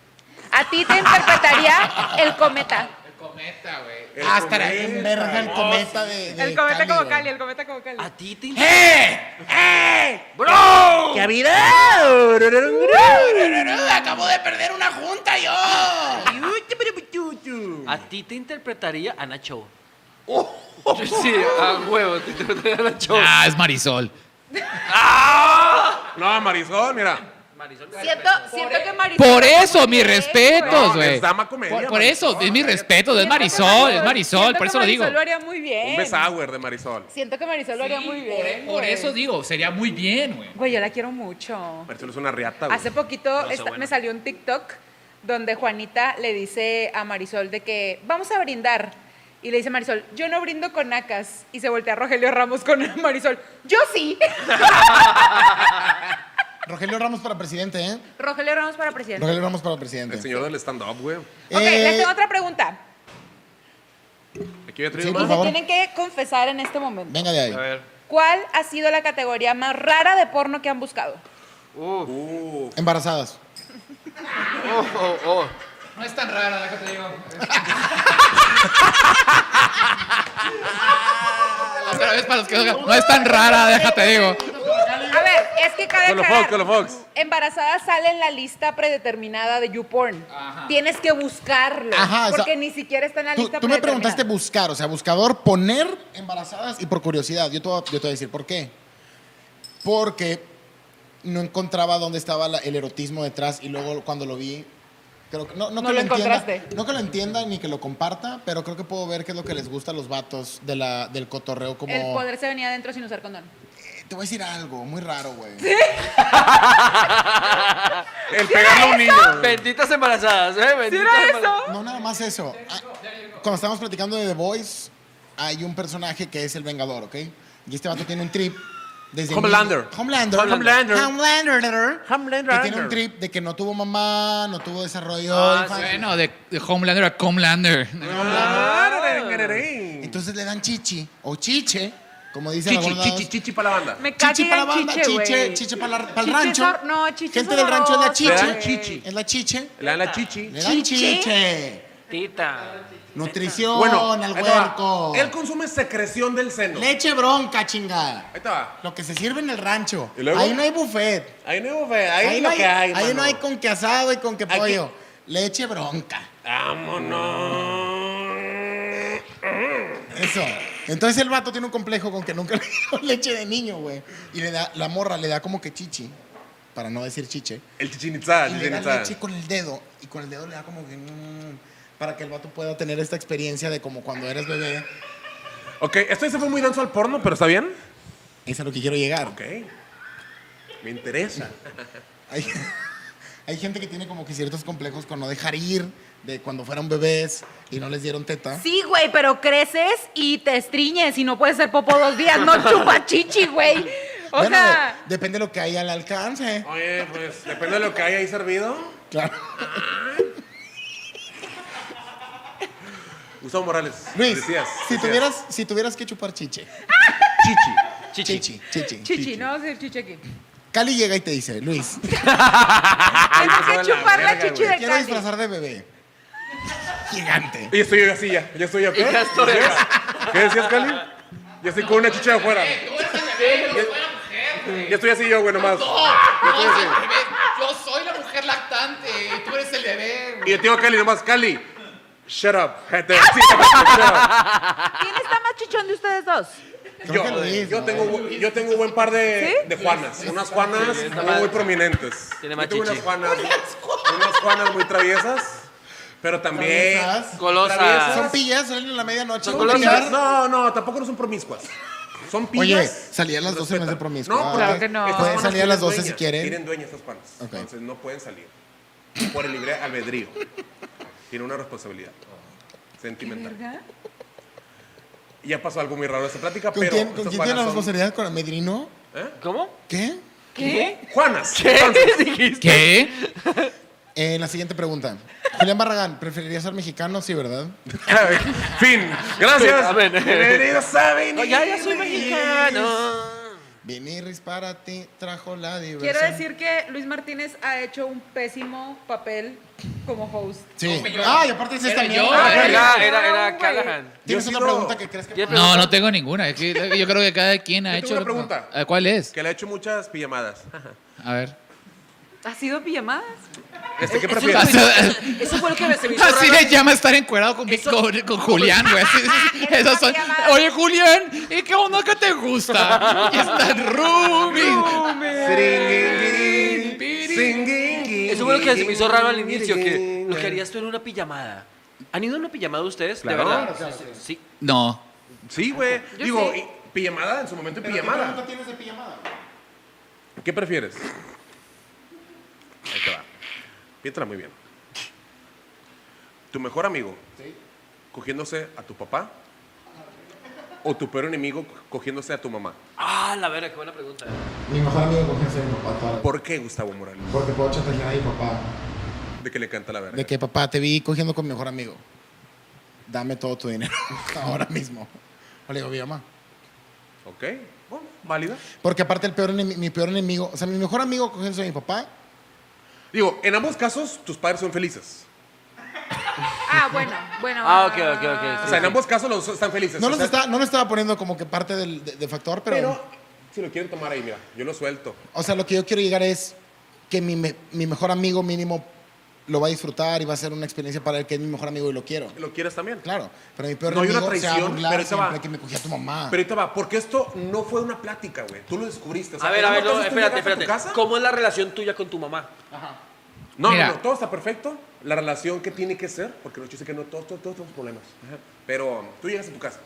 S5: A ti te interpretaría el cometa.
S3: El
S1: Ah, estará en
S3: cometa.
S1: verga el cometa de. de
S10: El cometa
S1: Cali,
S10: como
S1: güey.
S10: Cali, el cometa como Cali.
S2: A ti te ¡Eh!
S9: ¿Qué ha habido?
S4: Acabo de perder una junta yo.
S2: A ti te interpretaría a Nacho.
S6: Sí, a huevo, te interpretaría la show.
S4: Ah, es Marisol.
S3: No, Marisol, mira.
S5: Siento, siento que Marisol.
S4: Por eso, mis
S5: Sí,
S4: respetos,
S3: No,
S4: güey.
S3: es dama comedia.
S4: Por, por
S3: Marisol.
S4: eso, es mi respeto, es
S5: güey. Siento que
S4: Marisol, es Marisol,
S5: siento
S4: por
S5: que
S4: eso lo digo.
S5: Marisol lo haría muy bien.
S3: Un besauer de Marisol.
S5: Siento que Marisol lo haría muy bien.
S4: e,
S5: güey.
S4: digo, sería muy bien, güey.
S5: Güey, yo la quiero mucho.
S3: Marisol es una riata, güey.
S5: Hace poquito
S2: No, está
S5: esta-
S2: buena.
S5: me salió un TikTok donde Juanita le dice a Marisol de que vamos a brindar. Y le dice Marisol, yo no brindo con nacas. Y se voltea Rogelio Ramos con Marisol. Yo sí.
S1: Rogelio Ramos para presidente, ¿eh?
S5: Rogelio Ramos para presidente.
S1: Rogelio Ramos para
S3: El
S1: presidente.
S3: señor del stand-up, güey.
S5: Ok, les
S1: Eh,
S5: tengo otra pregunta.
S3: Aquí voy
S1: Sí,
S3: a traer
S1: por
S5: Y
S3: más.
S5: se
S1: favor.
S5: tienen que confesar en este momento.
S1: Venga de ahí.
S2: A ver.
S5: ¿Cuál ha sido la categoría más rara de porno que han buscado?
S2: Uf.
S3: Uh,
S1: Embarazadas.
S6: Oh, oh, oh.
S4: No es tan rara, déjate digo. Otra vez para los que no es tan rara, déjate digo.
S5: A ver, es que cabe
S3: Con los
S5: aclarar.
S3: Fox, con los Fox.
S5: Embarazada sale en la lista predeterminada de YouPorn. Tienes que buscarlo.
S1: Ajá, o sea,
S5: porque ni siquiera está en la
S1: Tú,
S5: lista
S1: tú me
S5: predeterminada.
S1: preguntaste buscar, o sea, buscador, poner embarazadas y por curiosidad. Yo te, voy a- yo te voy a decir por qué. Porque no encontraba dónde estaba la- el erotismo detrás y luego cuando lo vi, Creo que- no, no que
S5: No lo
S1: lo entienda,
S5: encontraste.
S1: no que lo entienda ni que lo comparta, pero creo que puedo ver qué es lo que les gusta a los vatos de la, del cotorreo como...
S5: El poder se venía adentro sin usar condón.
S1: Te voy a decir algo muy raro, güey.
S3: El pegarle a un niño. güey.
S2: Benditas embarazadas, ¿eh? Benditas embarazadas.
S1: No, nada más eso. Ah, Cuando estábamos platicando de The Voice, hay un personaje que es el Vengador, ¿ok? Y este vato tiene un trip. Desde
S3: Homelander.
S1: niño- Homelander.
S3: Homelander.
S1: Homelander. Que tiene un trip de que no tuvo mamá, no tuvo desarrollo.
S2: Ah,
S1: infancia.
S4: Bueno, de, de Homelander a Comlander.
S1: Entonces le dan chichi o chiche, como dice la
S3: Chichi,
S1: gorda
S3: chichi,
S1: dos.
S3: chichi para la banda.
S5: Me
S1: Chichi para la
S5: cagan
S1: banda,
S5: chiche, güey.
S1: chiche, chiche para la- para el
S5: Chiche
S1: rancho.
S5: sor- No, chiche
S1: Gente del rancho es la
S5: horrorosa,
S1: chiche.
S5: güey.
S3: Dan chichi.
S1: Es la chiche.
S3: Le dan la chichi.
S1: Le dan
S5: ¿Chiche?
S1: chiche.
S2: Tita.
S1: Nutrición
S3: Bueno,
S1: al
S3: ahí te va.
S1: huerco.
S3: Él consume secreción del seno. Ahí
S1: Leche bronca, chingada.
S3: te va.
S1: Lo que se sirve en el rancho.
S3: ¿Y luego?
S1: Ahí no hay buffet.
S3: Ahí no, güey. Ahí,
S1: Ahí,
S3: es
S1: no,
S3: lo
S1: hay,
S3: que hay,
S1: ahí
S3: mano.
S1: no hay con que asado y con que
S3: Aquí-
S1: pollo. Leche bronca.
S3: Vámonos.
S1: Eso. Entonces el vato tiene un complejo con que nunca le dieron leche de niño, güey. Y le da, la morra le da como que chichi, para no decir chiche.
S3: El chichinitza,
S1: y le da
S3: chichinitza.
S1: leche con el dedo. Y con el dedo le da como que. mm, para que el vato pueda tener esta experiencia de como cuando eres bebé.
S3: Ok, esto se fue muy denso al porno, pero ¿está bien?
S1: Es a lo que quiero llegar.
S3: Ok. Me interesa.
S1: Hay, hay gente que tiene como que ciertos complejos con no dejar ir, de cuando fueron bebés y no les dieron teta.
S5: Sí, güey, pero creces y te estriñes y no puedes ser popo dos días. No chupa chichi, güey. O
S1: Bueno,
S5: sea,
S1: de- depende de lo que haya al alcance.
S3: Oye, pues depende de lo que haya ahí servido.
S1: Claro.
S3: Gustavo Morales.
S1: Luis,
S3: decías,
S1: si,
S3: decías.
S1: tuvieras, si tuvieras que chupar chiche.
S3: Chichi.
S2: Chichi.
S1: Chichi, chichi.
S5: chichi, no vamos a decir chichi aquí.
S1: Cali llega y te dice, Luis,
S5: Hay
S3: pasó
S5: que
S3: de
S5: chupar
S3: la
S5: la
S3: verga,
S5: chichi
S3: güey.
S5: de
S1: quiero
S5: Cali.
S1: disfrazar de bebé. Gigante.
S3: Y estoy así ya. Ya estoy
S2: Y
S3: afuera.
S2: ya estoy-
S3: ¿Qué decías? ¿Qué decías, Cali? Ya estoy con una chicha de afuera.
S10: Eh,
S3: Ya estoy así yo, güey, nomás.
S10: yo soy el bebé, yo soy la mujer lactante y tú eres el bebé. güey.
S3: Y le tengo a Cali nomás. Cali, shut up. Gente, sí, shut up.
S5: ¿Quién está más chichón de ustedes dos?
S1: Creo que
S3: Yo,
S1: Luis,
S3: yo,
S1: ¿no?
S3: tengo, bu- yo tengo un buen par de,
S5: ¿Sí?
S3: de Juanas. Unas Juanas
S2: está
S3: muy,
S2: mal.
S3: prominentes.
S2: Tiene
S3: Yo
S2: más
S3: tengo unas
S2: chichi.
S3: Juanas, unas Juanas muy traviesas. Pero también.
S1: Traviesas.
S2: Golosas.
S1: Son
S3: traviesas.
S1: pillas, salen en la medianoche.
S2: Son
S1: ¿Cómo
S2: golosas.
S1: pillar?
S3: No, no, tampoco no son promiscuas. Son pillas.
S1: Oye, salí a las 12 meses de promiscuo.
S3: No, porque
S5: Claro que no.
S3: estas
S5: Pueden
S3: Juanas
S1: salir a las
S3: tienen
S1: 12 si
S3: dueña,
S1: quieren.
S3: Tienen dueña estas Juanas.
S1: Ok.
S3: Entonces no pueden salir. Por el libre albedrío. Tienen una responsabilidad sentimental.
S5: ¿Verga?
S3: Y Ya pasó algo muy raro en esta plática,
S1: ¿Con
S3: pero.
S1: quién, con
S3: estas
S1: quién tiene la
S3: Juanas son-
S1: responsabilidad? ¿Con el medrino?
S2: ¿Cómo?
S1: ¿Qué?
S5: ¿Qué?
S3: Juanas.
S2: ¿Qué dijiste?
S4: ¿Qué?
S1: Eh, la siguiente pregunta. Julián Barragán, ¿preferiría ser mexicano? Sí, ¿verdad?
S3: fin. Gracias.
S2: Amén.
S3: Bienvenidos a venir.
S2: No, Oh, ya, ya soy mexicano.
S1: Viniris para ti trajo la diversión.
S5: Quiero decir que Luis Martínez ha hecho un pésimo papel como host.
S1: Sí. Ah, Ay, aparte es esta
S4: Pero yo-
S1: mierda.
S2: Era,
S5: Ay,
S2: Ah, era,
S5: no,
S2: era
S5: güey.
S2: Callahan.
S1: ¿Tienes
S3: Yo
S1: una
S3: sí lo-
S1: pregunta que crees que...
S2: Ya
S4: No,
S2: preguntó.
S4: no tengo ninguna. Es que Yo creo que cada quien ha
S3: Yo
S4: hecho.
S3: tengo una
S4: lo-
S3: pregunta.
S4: Ah, ¿Cuál es?
S3: Que le ha hecho muchas pijamadas.
S4: A ver.
S5: ¿Ha sido pijamadas?
S3: Este, ¿qué
S6: Es- es
S3: prefieres?
S6: un- Eso fue lo que me se me hizo
S4: Así
S6: raro.
S4: le llama estar encuerado con, mi-
S6: Eso-
S4: con, con Julián, güey.
S3: Ah,
S4: Así- esas son- Oye, Julián, ¿y qué onda que te gusta? Y están Rubin.
S3: Siringuinguirín,
S4: Pirin.
S3: siringuinguirín.
S2: Eso fue lo que se me hizo raro al inicio, que lo que harías tú en una pijamada. ¿Han ido a una pijamada ustedes?
S3: Claro.
S2: ¿De verdad? Sí, sí, sí.
S4: No.
S3: Sí, güey. Digo,
S5: sí.
S3: y- pijamada en su momento,
S1: ¿Pero ¿Qué pregunta
S3: pijamada.
S1: tienes de pijamada?
S3: ¿Qué prefieres? Ahí te va. Piénsala muy bien. ¿Tu mejor amigo cogiéndose a tu papá? ¿O tu peor enemigo co- cogiéndose a tu mamá?
S2: Ah, la verga, qué buena pregunta.
S8: Mi mejor amigo confianza de mi papá toda la
S3: ¿Por qué, Gustavo Morales?
S8: Porque puedo chantajear a mi papá.
S3: De que le canta la verga.
S1: De que papá, te vi cogiendo con mi mejor amigo. Dame todo tu dinero ahora mismo. O le digo, mi mamá.
S3: Ok, bueno, válida.
S1: Porque aparte el peor enemi- mi peor enemigo, o sea, mi mejor amigo cogiéndose a mi papá,
S3: Digo, en ambos casos, tus padres son felices.
S5: Ah, bueno, bueno.
S2: Ah, ok, ok, ok,
S3: O
S2: sí.
S3: sea, en ambos casos los dos están felices.
S1: No
S3: O
S1: los
S3: sea,
S1: está, no lo estaba poniendo como que parte del de, de factor, pero,
S3: Pero si lo quieren tomar ahí, mira, yo lo suelto.
S1: O sea, lo que yo quiero llegar es que mi, me- mi mejor amigo mínimo lo va a disfrutar y va a ser una experiencia para él que es mi mejor amigo y lo quiero.
S3: ¿Lo quieres también?
S1: Claro. Pero mi peor
S3: No hay una
S1: enemigo se va a
S3: traición,
S1: burlar
S3: pero ahí te va.
S1: siempre que me cogía tu mamá.
S3: Pero ahorita va, porque esto no fue una plática, güey. Tú lo descubriste. o sea,
S2: A ver, a
S3: en
S2: ver,
S3: ambos
S2: no,
S3: casos tú
S2: espérate,
S3: llegaste a tu
S2: espérate.
S3: casa,
S2: ¿Cómo es la relación tuya con tu mamá?
S3: No,
S4: Mira.
S3: no, no, todo está perfecto. La relación que tiene que ser, porque yo sé que no, todos, todos, todos tenemos problemas. Ajá. Pero um, tú llegas a tu casa,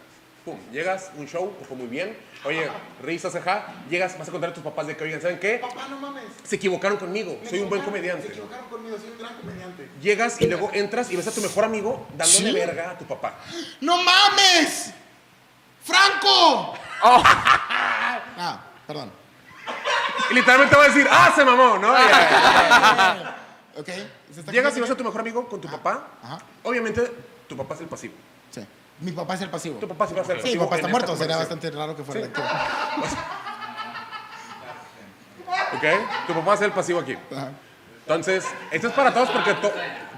S3: pum, llegas, un show, te fue muy bien. Oye, risas, ajá. Llegas, vas a contar a tus papás de que, oigan, ¿saben qué?
S1: Papá, no mames.
S3: Se equivocaron conmigo,
S1: me
S3: soy un
S1: equivocaron,
S3: buen
S1: Se
S3: comediante.
S1: equivocaron conmigo, soy un gran comediante.
S3: Llegas y luego entras y ves a tu mejor amigo dándole verga a tu papá.
S1: ¡No mames! ¡Franco! Ah, perdón.
S3: Y literalmente va a decir, ¡ah, se mamó! ¿no? Ya,
S1: Ah.
S3: ya, ya.
S1: Ok. ¿se está
S3: Llegas
S1: comiendo
S3: y ves a tu mejor amigo con tu papá.
S1: Ajá.
S3: Obviamente, tu papá es el pasivo.
S1: Sí. Mi papá es el pasivo.
S3: Tu papá sí va a ser el
S1: Sí, mi
S3: pasivo
S1: papá
S3: en
S1: está
S3: esta
S1: muerto. Sería
S3: conversación.
S1: bastante raro que fuera
S3: Sí.
S1: el actor.
S3: ¿Ok? Tu papá va a ser el pasivo aquí.
S1: Ajá.
S3: Entonces, esto es para todos porque to-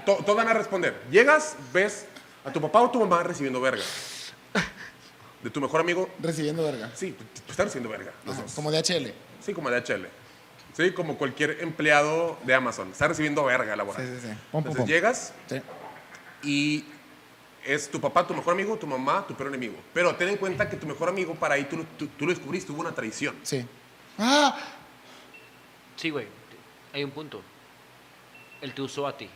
S3: to- todos van a responder. Llegas, ves a tu papá o tu mamá recibiendo verga. De tu mejor amigo,
S1: Recibiendo verga.
S3: sí, tú tú estás recibiendo verga. los
S1: Ajá,
S3: dos.
S1: Como de HL.
S3: Sí, como de HL. Sí, como cualquier empleado de Amazon. Está recibiendo verga laboral.
S1: Sí, sí, sí. Pum, pum,
S3: Entonces
S1: pum.
S3: llegas
S1: Sí.
S3: y es tu papá, tu mejor amigo, tu mamá, tu peor enemigo. Pero ten en cuenta que tu mejor amigo, para ahí tú, lo- tú- tú lo descubriste, hubo una traición.
S1: Sí. ¡Ah!
S2: Sí, güey. Hay un punto. Él te usó a ti.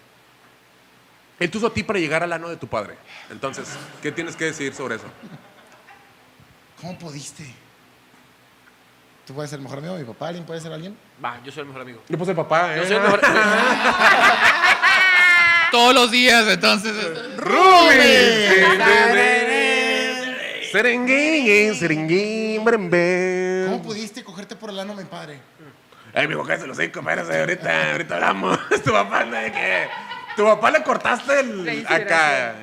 S3: Él te usó a ti para llegar al ano de tu padre. Entonces, ¿qué tienes que decir sobre eso?
S1: ¿Cómo pudiste? ¿Tú puedes ser el mejor amigo de mi papá? ¿Alguien puede ser alguien?
S2: Va, yo soy el mejor amigo.
S3: Yo puse el papá, ¿eh?
S2: Yo soy el mejor.
S4: Todos los días, entonces.
S3: ¡Rubí! Serenguín, serenguín, brembe.
S1: ¿Cómo pudiste cogerte por el ano, mi padre?
S3: Ay, mi boca se los cinco, espérate, ahorita, ahorita hablamos. Tu papá anda de que. Tu papá le cortaste
S5: La
S3: el.
S5: inspiración.
S3: Acá.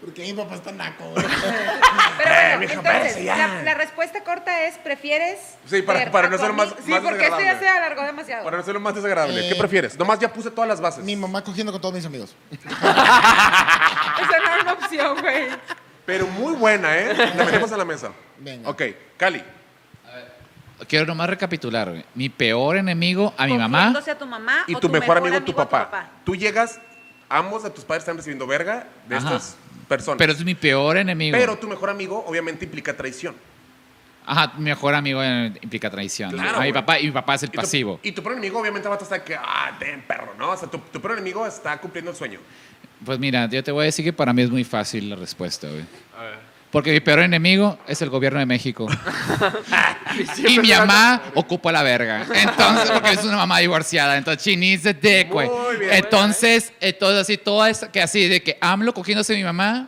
S1: Porque mi papá está naco, güey.
S5: Pero
S3: Eh,
S5: bueno,
S3: vieja,
S5: entonces,
S3: váyase ya.
S5: la, la respuesta corta es, ¿prefieres?
S3: Sí, para-
S5: ver
S3: para
S5: a
S3: no
S5: tu
S3: ser más-
S5: ami- Sí,
S3: más
S5: porque esto ya
S3: desagradable.
S5: se alargó demasiado.
S3: Para no ser lo más desagradable.
S1: Eh,
S3: ¿Qué prefieres? Nomás ya puse todas las bases.
S1: Mi mamá cogiendo con todos mis amigos.
S5: Esa no era una opción, güey.
S3: Pero muy buena, ¿eh? La metemos a la mesa.
S1: Venga.
S3: Ok, Cali.
S4: Quiero nomás recapitular. güey. Mi peor enemigo a mi mamá.
S5: Confundiéndose a tu mamá
S3: Y
S5: o
S3: tu mejor amigo, tu papá. Tú llegas, ambos de tus padres están recibiendo verga de
S4: Ajá.
S3: estas personas.
S4: Pero es mi peor enemigo.
S3: Pero tu mejor amigo obviamente implica traición.
S4: Ajá, mi mejor amigo eh, implica traición. ¿no?
S3: Claro,
S4: a mi
S3: güey.
S4: papá, y mi papá es el
S3: Y tu-
S4: pasivo.
S3: Y tu peor enemigo obviamente va a estar que, ah, ten perro, ¿no? O sea, tu, tu peor enemigo está cumpliendo el sueño.
S4: Pues mira, yo te voy a decir que para mí es muy fácil la respuesta, güey. Porque mi peor enemigo es el gobierno de México. y mi mamá ocupa la verga. Entonces, porque es una mamá divorciada. Entonces, she needs a dick, güey.
S3: Muy bien.
S4: Entonces, eh, todo así, todo eso que así, de que AMLO cogiéndose a mi mamá,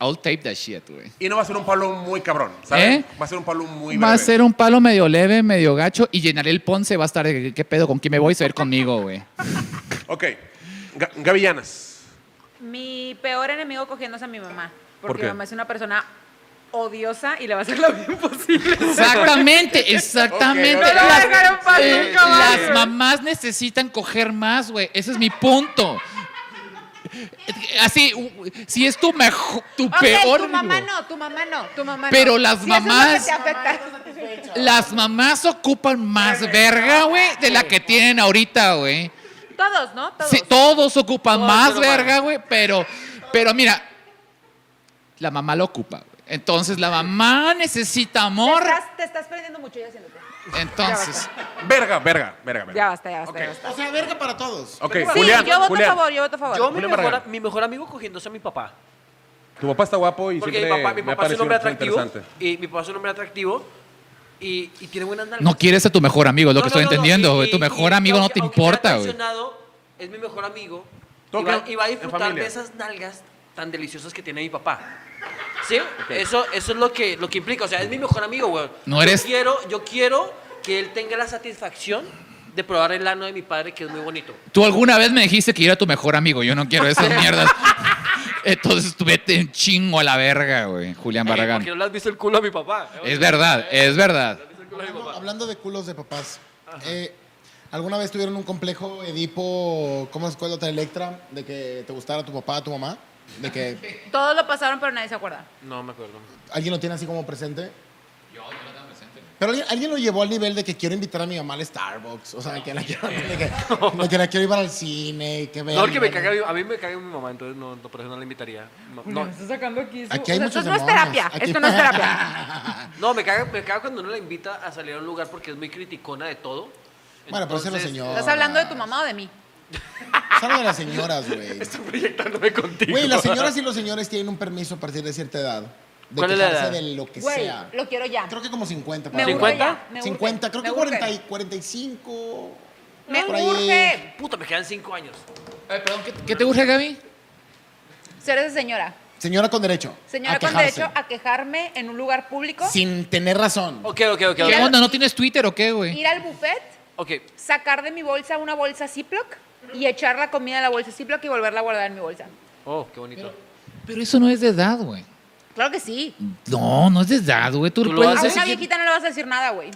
S4: I'll tape that shit, güey.
S3: Y no va a ser un palo muy cabrón, ¿sabes?
S4: ¿Eh?
S3: Va a ser un palo muy
S4: Va a
S3: breve.
S4: ser un palo medio leve, medio gacho, y llenaré el ponce, va a estar, de que, ¿qué pedo? ¿Con quién me voy? Se va a ir conmigo, güey.
S3: Ok. Ga- Gavillanas.
S5: Mi peor enemigo cogiéndose a mi mamá.
S3: ¿Por
S5: Porque
S3: qué?
S5: mi mamá es una persona odiosa y le va a hacer lo bien posible.
S4: Exactamente, exactamente.
S3: Ok, ok. No lo
S4: Las-
S5: dejaron pasar
S4: eh,
S5: nunca más,
S4: Las
S5: güey.
S4: mamás necesitan coger más, güey. Ese es mi punto. Así, u- si es tu mejor, tu
S5: Ok,
S4: peor.
S5: tu mamá
S4: güey.
S5: no, tu mamá no, tu mamá no.
S4: Pero las
S5: Sí, eso es lo que
S4: mamás-
S5: te afecta.
S4: Las mamás ocupan más verga, güey, de la que tienen ahorita, güey.
S5: Todos, ¿no? Todos.
S4: Sí, todos ocupan
S2: Todos
S4: más
S2: ocupan.
S4: verga, güey, pero, pero mira, la mamá lo ocupa, güey. Entonces la mamá necesita
S5: Te
S4: amor.
S5: estás, te estás perdiendo mucho ya haciéndote.
S4: Entonces,
S3: Verga, verga, verga, verga.
S5: Ya basta, ya basta,
S3: Ok.
S5: ya basta.
S1: O sea, verga para todos.
S3: Ok,
S5: Sí,
S3: Julián.
S5: yo voto
S3: Julián.
S5: a favor, yo voto a favor.
S2: Yo, mi
S3: Julián
S2: mejor,
S3: Barragán.
S2: mi mejor amigo cogiéndose a mi papá.
S3: Tu papá está guapo y
S2: Porque mi
S3: siempre
S2: papá, mi
S3: me ha
S2: papá es un
S3: parecido
S2: hombre
S3: bastante
S2: atractivo.
S3: interesante.
S2: Y mi papá es un hombre atractivo. Y, y tiene buenas nalgas.
S4: no quieres a tu mejor amigo, es lo
S2: No,
S4: que
S2: no,
S4: estoy
S2: no, no,
S4: entendiendo,
S2: y-
S4: güey. Tu
S2: y-
S4: mejor
S2: y
S4: amigo no
S2: aunque-
S4: te
S2: aunque me haya
S4: importa, güey.
S2: traicionado, Es mi mejor amigo.
S3: Todo
S2: y, va,
S3: queda
S2: y va a
S3: en
S2: disfrutar
S3: familia.
S2: de esas nalgas tan deliciosas que tiene mi papá. ¿Sí? Eso, eso es lo que, lo que implica. O sea, es mi mejor amigo, güey.
S4: No
S2: Yo
S4: eres-
S2: quiero, yo quiero que él tenga la satisfacción de probar el ano de mi padre, que es muy bonito.
S4: Tú alguna vez me dijiste que era tu mejor amigo. Yo no quiero esas mierdas. Entonces tú vete un chingo a la verga, güey, Julián
S2: Eh,
S4: Barragán.
S2: porque no le has visto el culo a mi papá.
S4: Es verdad, es verdad.
S1: Hablando, hablando de culos de papás, eh, ¿alguna vez tuvieron un complejo Edipo, cómo es cuál otra Electra, de que te gustara tu papá, tu mamá? De que
S5: Todos lo pasaron, pero nadie se acuerda.
S2: No me acuerdo.
S1: alguien lo tiene así como presente. Yo, yo lo tengo presente. Pero alguien, alguien lo llevó al nivel de que quiero invitar a mi mamá al Starbucks. O sea, de que la quiero, de que, de que la quiero llevar al cine. y Que vea
S2: No, porque me
S1: el-
S2: caga, mi- a mí me caga mi mamá, entonces no, no, por eso no la invitaría. No, no,
S5: Me está sacando aquí. su-
S1: Aquí hay
S5: o sea,
S1: muchos
S5: esto no es
S1: demonios.
S5: terapia,
S1: Aquí-
S5: esto no es terapia.
S2: No, me caga, me caga cuando uno la invita a salir a un lugar porque es muy criticona de todo.
S1: Bueno, pero ese era
S2: Entonces,
S1: señor.
S5: ¿Estás hablando de tu mamá o de mí?
S1: Solo de las señoras, güey.
S2: Estoy proyectándome contigo.
S1: Güey, las señoras y los señores tienen un permiso a partir de cierta edad. De
S2: ¿Cuál es la
S1: quejarse
S2: edad?
S1: de lo que
S5: Güey,
S1: sea.
S5: lo quiero ya.
S1: Creo que como 50.
S5: Me
S1: para
S5: urge
S1: arriba.
S5: ya. me urge,
S1: 50, creo que
S5: me
S1: 40 y
S5: urge.
S1: 45.
S5: Me
S1: por ahí.
S5: urge
S2: Puta, me quedan cinco años.
S10: Ay, perdón, ¿qué,
S4: ¿Qué te urge, Gaby?
S5: ser esa señora.
S1: Señora con derecho.
S5: Señora
S1: a
S5: con
S1: quejarse.
S5: derecho a quejarme en un lugar público,
S1: Sin tener razón.
S2: Ok, ok, ok.
S4: ¿Qué
S5: Mira-
S4: onda? ¿No tienes Twitter o qué, güey?
S5: ir al buffet,
S2: Ok,
S5: sacar de mi bolsa una bolsa Ziploc y echar la comida en la bolsa Ziploc y volverla a guardar en mi bolsa.
S2: oh, qué bonito.
S4: Pero eso no es de edad, güey.
S5: Claro que sí.
S4: No, no es de edad, güey. Tú,
S2: Tú lo
S4: puedes
S5: A
S2: haces
S4: hacer
S5: una
S4: si
S5: viejita no le vas a decir nada, güey.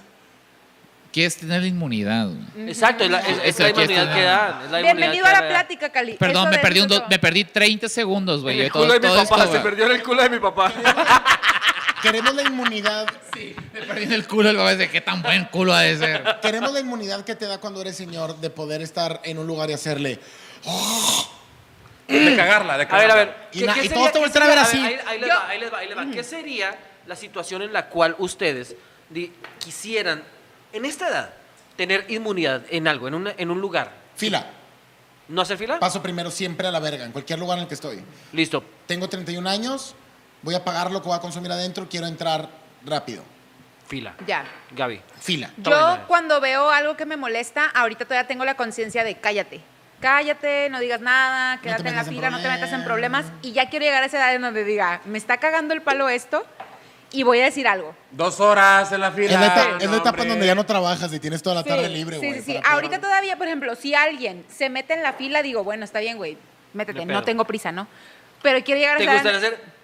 S4: quieres tener la inmunidad, güey.
S2: Exacto, es la, es- es
S4: Eso
S2: la
S4: aquí
S2: inmunidad
S4: está.
S2: que dan. es la inmunidad
S5: Bienvenido
S2: que
S5: a la
S2: dan.
S5: plática, Cali.
S4: Perdón,
S5: Eso
S4: me
S5: de
S4: perdí, un
S5: eso
S4: do-
S5: no.
S4: me perdí 30 segundos, güey.
S6: El
S4: de todo-
S6: culo de mi
S4: todo esto,
S6: papá, se
S4: güey.
S6: perdió en el culo de mi papá.
S1: Queremos la inmunidad.
S4: Me perdí en el culo el papá. de qué tan buen culo ha de ser.
S1: Queremos la inmunidad que te da cuando eres señor de poder estar en un lugar y hacerle.
S3: De cagarla, de
S2: A
S3: cagarla.
S2: ver, a ver.
S1: Y na- y todos te voltean a ver así.
S2: ahí- ahí les
S5: Yo-
S2: va, ahí les va, ahí les va. ¿Qué sería la situación en la cual ustedes di- quisieran, en esta edad, tener inmunidad en algo, en, una- en un lugar?
S1: Fila.
S2: ¿No hacer fila?
S1: Paso primero siempre a la verga, en cualquier lugar en el que estoy.
S2: Listo.
S1: Tengo 31 años, voy a pagar lo que voy a consumir adentro, quiero entrar rápido.
S2: Fila.
S5: Ya.
S2: Gaby.
S1: Fila.
S5: Yo cuando veo algo que me molesta, ahorita todavía tengo la conciencia de cállate. Cállate, no digas nada, quédate en la
S1: metas en
S5: fila, no te metas en
S1: problemas.
S5: problemas. Y ya quiero llegar a esa edad en donde diga, me está cagando el palo esto y voy a decir algo.
S3: Dos horas en la
S1: Es
S3: fila.
S1: la, eta- es
S3: no,
S1: la etapa en
S3: hombre.
S1: donde ya no trabajas y tienes toda la tarde libre,
S5: sí,
S1: güey.
S5: sí, sí.
S1: para
S5: Ahorita
S1: poder-
S5: todavía, por ejemplo, si alguien se mete en la fila, digo, bueno, está bien, güey, métete,
S2: Ni
S5: no
S2: pedo.
S5: tengo prisa, ¿no? Pero quiero llegar a
S2: ¿Te
S5: esa edad en-
S2: gustaría hacer?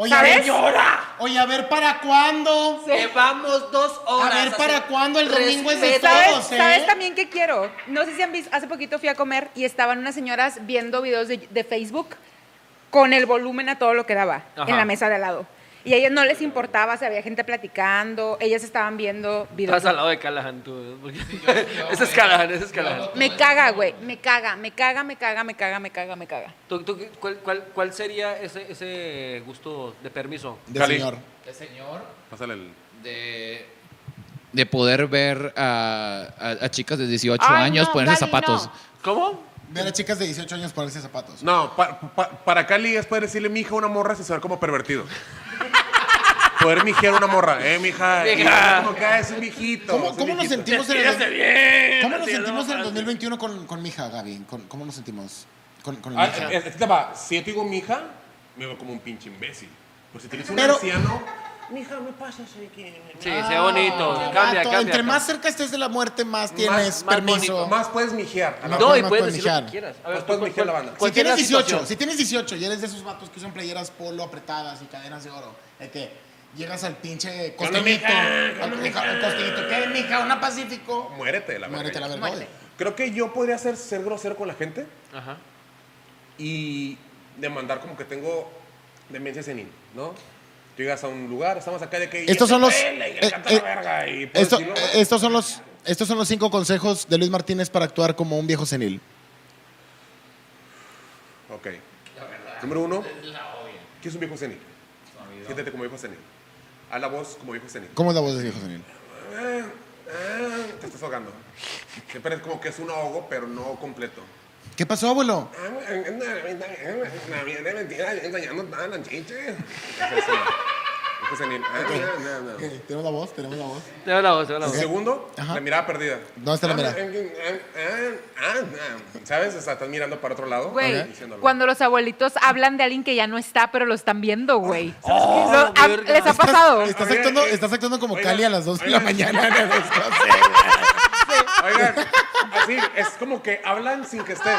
S1: Oye, a ver,
S5: ¿Sabes?
S1: oye, a ver, ¿para cuándo?
S2: Llevamos dos horas.
S1: A ver, ¿para
S2: hacer-
S1: cuándo el domingo es de
S2: Respeto.
S5: ¿Sabes,
S1: todos, eh?
S5: ¿Sabes también qué quiero? No sé si han visto, hace poquito fui a comer y estaban unas señoras viendo videos de, de Facebook con el volumen a todo lo que daba
S2: Ajá.
S5: en la mesa de al lado. Y a ellas no les importaba, si había gente platicando, ellas estaban viendo videos.
S2: Estás al lado de Callahan, tú. ¿no? Porque- ese es Callahan, ese es Callahan.
S5: Me caga, güey, me caga, me caga, me caga, me caga, me caga, me caga.
S2: ¿Tú- tú qué- cuál, cuál- cuál sería ese, ese gusto de permiso?
S1: De
S3: Cali.
S1: señor.
S10: De señor,
S3: Pásale el.
S10: de.
S4: De poder ver a, a- a chicas de 18
S5: Ay,
S4: años
S5: no,
S4: ponerse
S5: Cali,
S4: zapatos.
S5: no.
S2: ¿Cómo?
S1: Ver a chicas de 18 años ponerse zapatos.
S3: No, pa- pa- para Cali es poder decirle mija a una morra sin sonar como pervertido. poder mijear a una morra. Eh, mija. y
S2: Mija.
S3: Como que ah, es un viejito. es
S1: ¿Cómo,
S3: un
S1: cómo nos
S3: viejito.
S1: sentimos en
S2: Despídase
S1: el,
S2: bien.
S1: ¿cómo nos
S2: Así,
S1: sentimos
S2: no,
S1: en el
S2: así.
S1: 2021 con, con mi hija, Gaby? ¿Con, ¿Cómo nos sentimos? Con, con la
S3: Ah,
S2: eh,
S1: mija.
S3: es- es que va, si yo te digo mija, me veo como un pinche imbécil. Pues si tienes un
S1: Pero-
S3: anciano.
S2: Sí, sea bonito. cambia,
S1: Ah, to-
S2: cambia.
S1: Entre más cerca estés de la muerte, más tienes
S3: más- más
S1: permiso.
S3: Más puedes mijear.
S1: No,
S2: No, y
S1: más
S2: puedes
S1: pueden
S2: decir lo
S1: mijar.
S2: que quieras.
S3: Más pueden mijear la banda.
S1: Si
S2: cualquier
S1: tienes 18,
S2: situación.
S1: si tienes 18 y eres de esos vatos que usan playeras polo apretadas y cadenas de oro, de que llegas al pinche costeñito, al al costeñito, ¿qué, mija? ¿Una Pacífico?
S3: Muérete de la verga.
S1: Muérete la verga.
S5: Muérete.
S3: Creo que yo podría ser, ser grosero con la gente
S2: Ajá.
S3: y demandar como que tengo demencia senil, ¿no? Tú llegas a un lugar, estamos acá de que... y
S1: Estos
S3: este
S1: son los-
S3: pela, y
S1: eh,
S3: el gato a la
S1: eh,
S3: verga, y puedo
S1: Esto-
S3: decirlo,
S1: eh, estos son los... Estos son los cinco consejos de Luis Martínez para actuar como un viejo senil.
S3: Ok. Número uno. ¿Qué es un viejo senil? Siéntete como viejo senil. Haz la voz como viejo senil.
S1: ¿Cómo es la voz de viejo senil?
S3: Ah, Te estás ahogando. Siempre es como que es un ahogo, pero no completo.
S1: ¿Qué pasó, abuelo?
S3: La mierda mentira, engañando todas las chiches. Viejo senil. Ah, no, no, no.
S1: Ok, ¿Tenemos la voz? ¿Tenemos la voz?
S2: Te veo la voz, te veo la
S3: El
S2: voz.
S3: Segundo,
S1: Ajá.
S3: la mirada perdida.
S1: ¿Dónde está la
S3: Ah,
S1: mirada?
S3: ah, ah, ah. ¿Sabes? O sea, estás mirando para otro lado.
S5: Güey,
S3: diciéndolo.
S5: cuando los abuelitos hablan de alguien que ya no está, pero lo están viendo, güey.
S2: Oh,
S5: Lo- a-
S2: verga.
S5: ¿Les ha pasado?
S1: Estás, estás
S3: Oiga,
S1: actuando,
S3: eh,
S1: estás actuando como
S3: oiga,
S1: Cali a las 2 de la
S3: oiga.
S1: mañana. en el descanso.
S3: Oigan, así es como que hablan sin que estés.